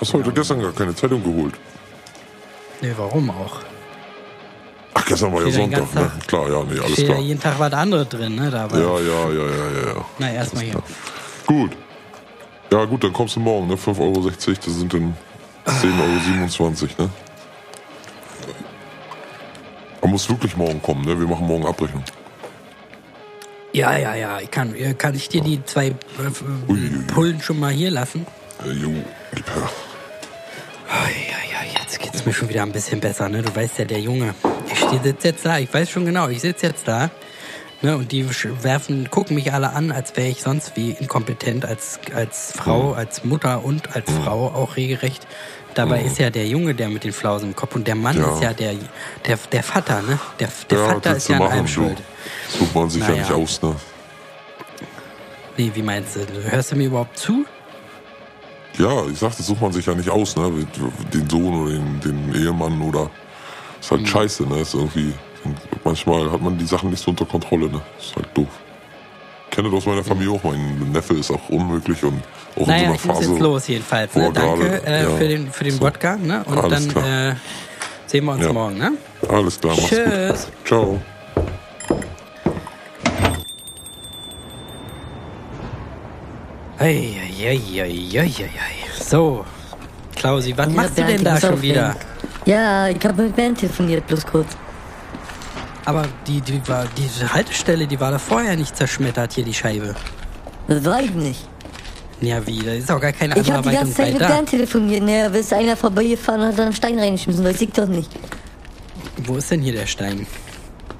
Speaker 4: Hast du heute gestern gar keine Zeitung geholt?
Speaker 1: Nee, warum auch?
Speaker 4: Ach, gestern war ja
Speaker 1: Steht den
Speaker 4: Sonntag,
Speaker 1: ganzen
Speaker 4: ne?
Speaker 1: Tag.
Speaker 4: Klar, ja, nee, alles
Speaker 1: Steht
Speaker 4: klar.
Speaker 1: ja jeden Tag was anderes drin, ne? Da war-
Speaker 4: Ja, ja, ja, ja, ja, ja.
Speaker 1: Na, erstmal hier.
Speaker 4: Gut. Ja, gut, dann kommst du morgen, ne? 5,60 Euro, das sind dann 10,27 Euro, ne? Man muss wirklich morgen kommen, ne? Wir machen morgen Abrechnung.
Speaker 1: Ja, ja, ja. Ich kann, äh, kann ich dir die zwei äh, f-
Speaker 4: Ui.
Speaker 1: Pullen schon mal hier lassen?
Speaker 4: Äh, jo. Ja.
Speaker 1: Oh, ja, ja, jetzt geht's mir schon wieder ein bisschen besser, ne? Du weißt ja, der Junge. Ich steh, sitz jetzt da, ich weiß schon genau, ich sitz jetzt da. Ne, und die sch- werfen, gucken mich alle an, als wäre ich sonst wie inkompetent, als, als Frau,
Speaker 4: Hm.
Speaker 1: als Mutter und als Frau auch regelrecht. Dabei ist ja der Junge der mit den Flausen im Kopf und der Mann
Speaker 4: Hm. Ja.
Speaker 1: ist ja der, der, der Vater, ne? Der, der
Speaker 4: Ja,
Speaker 1: Vater
Speaker 4: das
Speaker 1: ist
Speaker 4: zu
Speaker 1: ja an
Speaker 4: machen,
Speaker 1: allem
Speaker 4: du.
Speaker 1: schuld.
Speaker 4: Sucht man sich
Speaker 1: Naja.
Speaker 4: ja nicht aus, ne?
Speaker 1: Nee, wie meinst du? Hörst du mir überhaupt zu?
Speaker 4: Ja, ich sag, das sucht man sich ja nicht aus, ne? Den Sohn oder den, den Ehemann oder. Ist
Speaker 1: Mhm.
Speaker 4: halt scheiße, ne? Ist irgendwie. Manchmal hat man die Sachen nicht so unter Kontrolle, ne? Ist halt doof. Ich kenne das aus meiner Familie auch. Mein Neffe ist auch unmöglich und auch
Speaker 1: Naja,
Speaker 4: in
Speaker 1: ich
Speaker 4: so einer
Speaker 1: muss
Speaker 4: Phase.
Speaker 1: jetzt los jedenfalls. Ne?
Speaker 4: Boah,
Speaker 1: Danke
Speaker 4: gerade,
Speaker 1: äh,
Speaker 4: ja.
Speaker 1: für den, für den
Speaker 4: So.
Speaker 1: Wodka, ne? Und
Speaker 4: Alles
Speaker 1: dann
Speaker 4: klar.
Speaker 1: äh, sehen wir uns
Speaker 4: Ja.
Speaker 1: morgen, ne?
Speaker 4: Alles klar, mach's
Speaker 1: Tschüss.
Speaker 4: gut. Ciao.
Speaker 1: Eieieiei. So, Klausi, was machst du
Speaker 2: Bernd,
Speaker 1: denn
Speaker 2: ich
Speaker 1: da
Speaker 2: muss
Speaker 1: schon
Speaker 2: auflegen.
Speaker 1: wieder?
Speaker 2: Ja, ich habe mit Ben telefoniert, bloß kurz.
Speaker 1: Aber die, die, war, die Haltestelle, die war da vorher nicht zerschmettert, hier die Scheibe.
Speaker 2: Das war ich nicht.
Speaker 1: Ja, wie? Da ist auch gar keine
Speaker 2: Ich
Speaker 1: andere
Speaker 2: habe die ganze
Speaker 1: Weitung
Speaker 2: Zeit mit
Speaker 1: weiter.
Speaker 2: Ben telefoniert. Naja, bis einer vorbeigefahren hat, hat einen Stein reingeschmissen. Weiß ich doch nicht.
Speaker 1: Wo ist denn hier der Stein?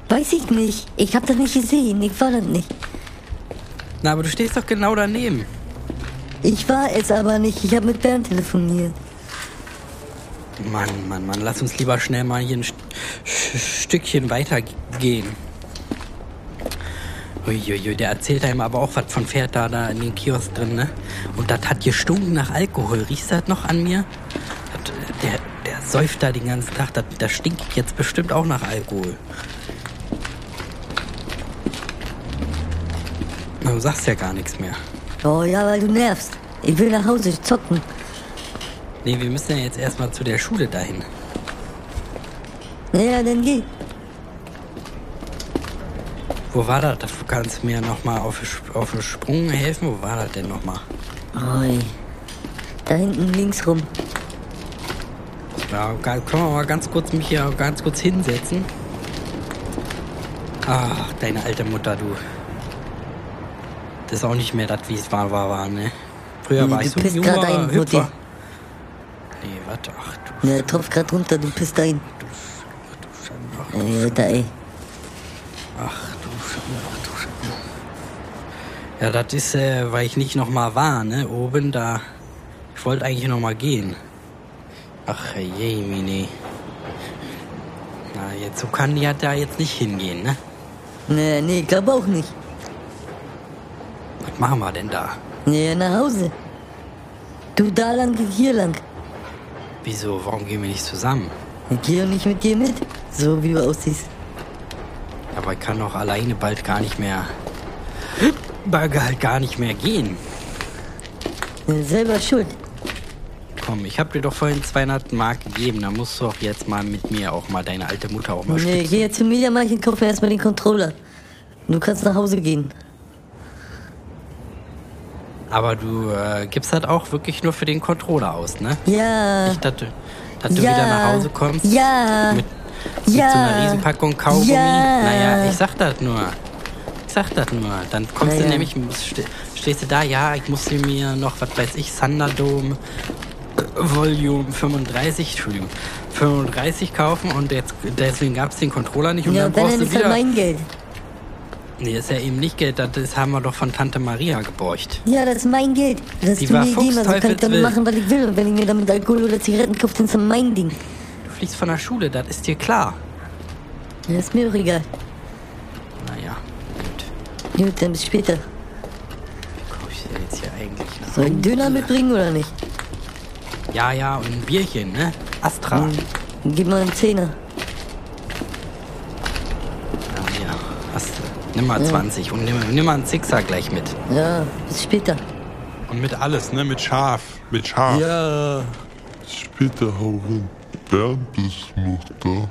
Speaker 2: Weiß ich nicht. Ich habe das nicht gesehen. Ich war das nicht.
Speaker 1: Na, aber du stehst doch genau daneben.
Speaker 2: Ich war es aber nicht. Ich habe mit Ben telefoniert.
Speaker 1: Mann, Mann, Mann, lass uns lieber schnell mal hier ein St Sch- Stückchen weitergehen. Uiuiui, der erzählt einem aber auch was von Pferd da, da in den Kiosk drin, ne? Und das hat gestunken nach Alkohol. Riechst du das noch an mir? Das, der, der, der säuft da den ganzen Tag. Da, da stinkt jetzt bestimmt auch nach Alkohol. Na, Du sagst ja gar nichts mehr.
Speaker 2: Oh ja, weil du nervst. Ich will nach Hause zocken.
Speaker 1: Nee, wir müssen ja jetzt erstmal zu der Schule dahin.
Speaker 2: Naja, dann geh.
Speaker 1: Wo war das? Du kannst mir nochmal auf, auf den Sprung helfen. Wo war das denn nochmal?
Speaker 2: Oi. Da hinten links rum.
Speaker 1: Ja, ga- können wir mal ganz kurz mich hier ganz kurz hinsetzen? Ach, deine alte Mutter, du. Das ist auch nicht mehr das, wie es war, war, war, ne? Früher
Speaker 2: Nee,
Speaker 1: war
Speaker 2: du
Speaker 1: ich so ein
Speaker 2: pisst
Speaker 1: junger
Speaker 2: grad ein, Mutti.
Speaker 1: Hüpfer. Nee, warte, ach du,
Speaker 2: Na, tropf Ne, grad runter, du bist dahin. Ey,
Speaker 1: Äh,
Speaker 2: Alter, ey.
Speaker 1: ach du Schande, ach du Schande. Ja, das ist, äh, weil ich nicht nochmal war, ne? Oben da. Ich wollte eigentlich nochmal gehen. Ach, je, Mini. Na, jetzt, so kann die ja da jetzt nicht hingehen, ne?
Speaker 2: Na, nee, glaub ne, auch nicht.
Speaker 1: Was machen wir denn da?
Speaker 2: Nee, Ne, nach Hause. Du da lang, ich hier lang.
Speaker 1: Wieso? Warum gehen wir nicht zusammen?
Speaker 2: Ich geh doch nicht mit dir mit. So wie du aussiehst.
Speaker 1: Aber ich kann doch alleine bald gar nicht mehr. Bald halt gar nicht mehr gehen.
Speaker 2: Ja, Ne, selber schuld.
Speaker 1: Komm, ich hab dir doch vorhin 200 Mark gegeben. Da musst du doch jetzt mal mit mir auch mal deine alte Mutter auch mal
Speaker 2: Nee,
Speaker 1: nee.
Speaker 2: ich Ne, geh jetzt zum Mediamarkt und kauf mir erstmal den Controller. Du kannst nach Hause gehen.
Speaker 1: Aber du äh, gibst halt auch wirklich nur für den Controller aus, ne?
Speaker 2: Ja.
Speaker 1: Dass du, dass du wieder nach Hause kommst.
Speaker 2: Ja.
Speaker 1: Mit,
Speaker 2: ja.
Speaker 1: mit so einer Riesenpackung Kaugummi.
Speaker 2: Ja.
Speaker 1: Naja, ich sag das nur. Ich sag das nur. Dann kommst
Speaker 2: Naja.
Speaker 1: du nämlich, ste- stehst du da, ja, ich musste mir noch, was weiß ich, Thunderdome äh, Volume 35, Entschuldigung, 35 kaufen und jetzt, deswegen gab es den Controller nicht und
Speaker 2: ja,
Speaker 1: dann
Speaker 2: und wenn,
Speaker 1: brauchst
Speaker 2: dann
Speaker 1: du
Speaker 2: ist halt
Speaker 1: wieder.
Speaker 2: mein Geld.
Speaker 1: nee, ist ja eben nicht Geld, das ist- haben wir doch von Tante Maria geborgt.
Speaker 2: Ja, das ist mein Geld. Das hast
Speaker 1: Die
Speaker 2: du
Speaker 1: war
Speaker 2: mir gegeben, also kann ich damit
Speaker 1: fuchsteufelswild.
Speaker 2: machen, was ich will. Und wenn ich mir damit Alkohol oder Zigaretten kaufe, dann ist das mein Ding.
Speaker 1: Du fliegst von der Schule, das ist dir klar.
Speaker 2: Ja, ist mir doch egal.
Speaker 1: Naja, gut.
Speaker 2: Gut, dann bis später.
Speaker 1: Komm ich denn jetzt hier eigentlich nach?
Speaker 2: Soll ich einen Döner mitbringen oder nicht?
Speaker 1: Ja, ja, und ein Bierchen, ne? Astra.
Speaker 2: Gib mal einen Zehner.
Speaker 1: Ja, hast du. Nimm mal 20 und nimm, nimm mal einen Sixer gleich mit.
Speaker 2: Ja, bis später.
Speaker 5: Und mit alles, ne? Mit Schaf. Mit Schaf.
Speaker 6: Ja. Später hauen.
Speaker 4: Bernd ist noch da.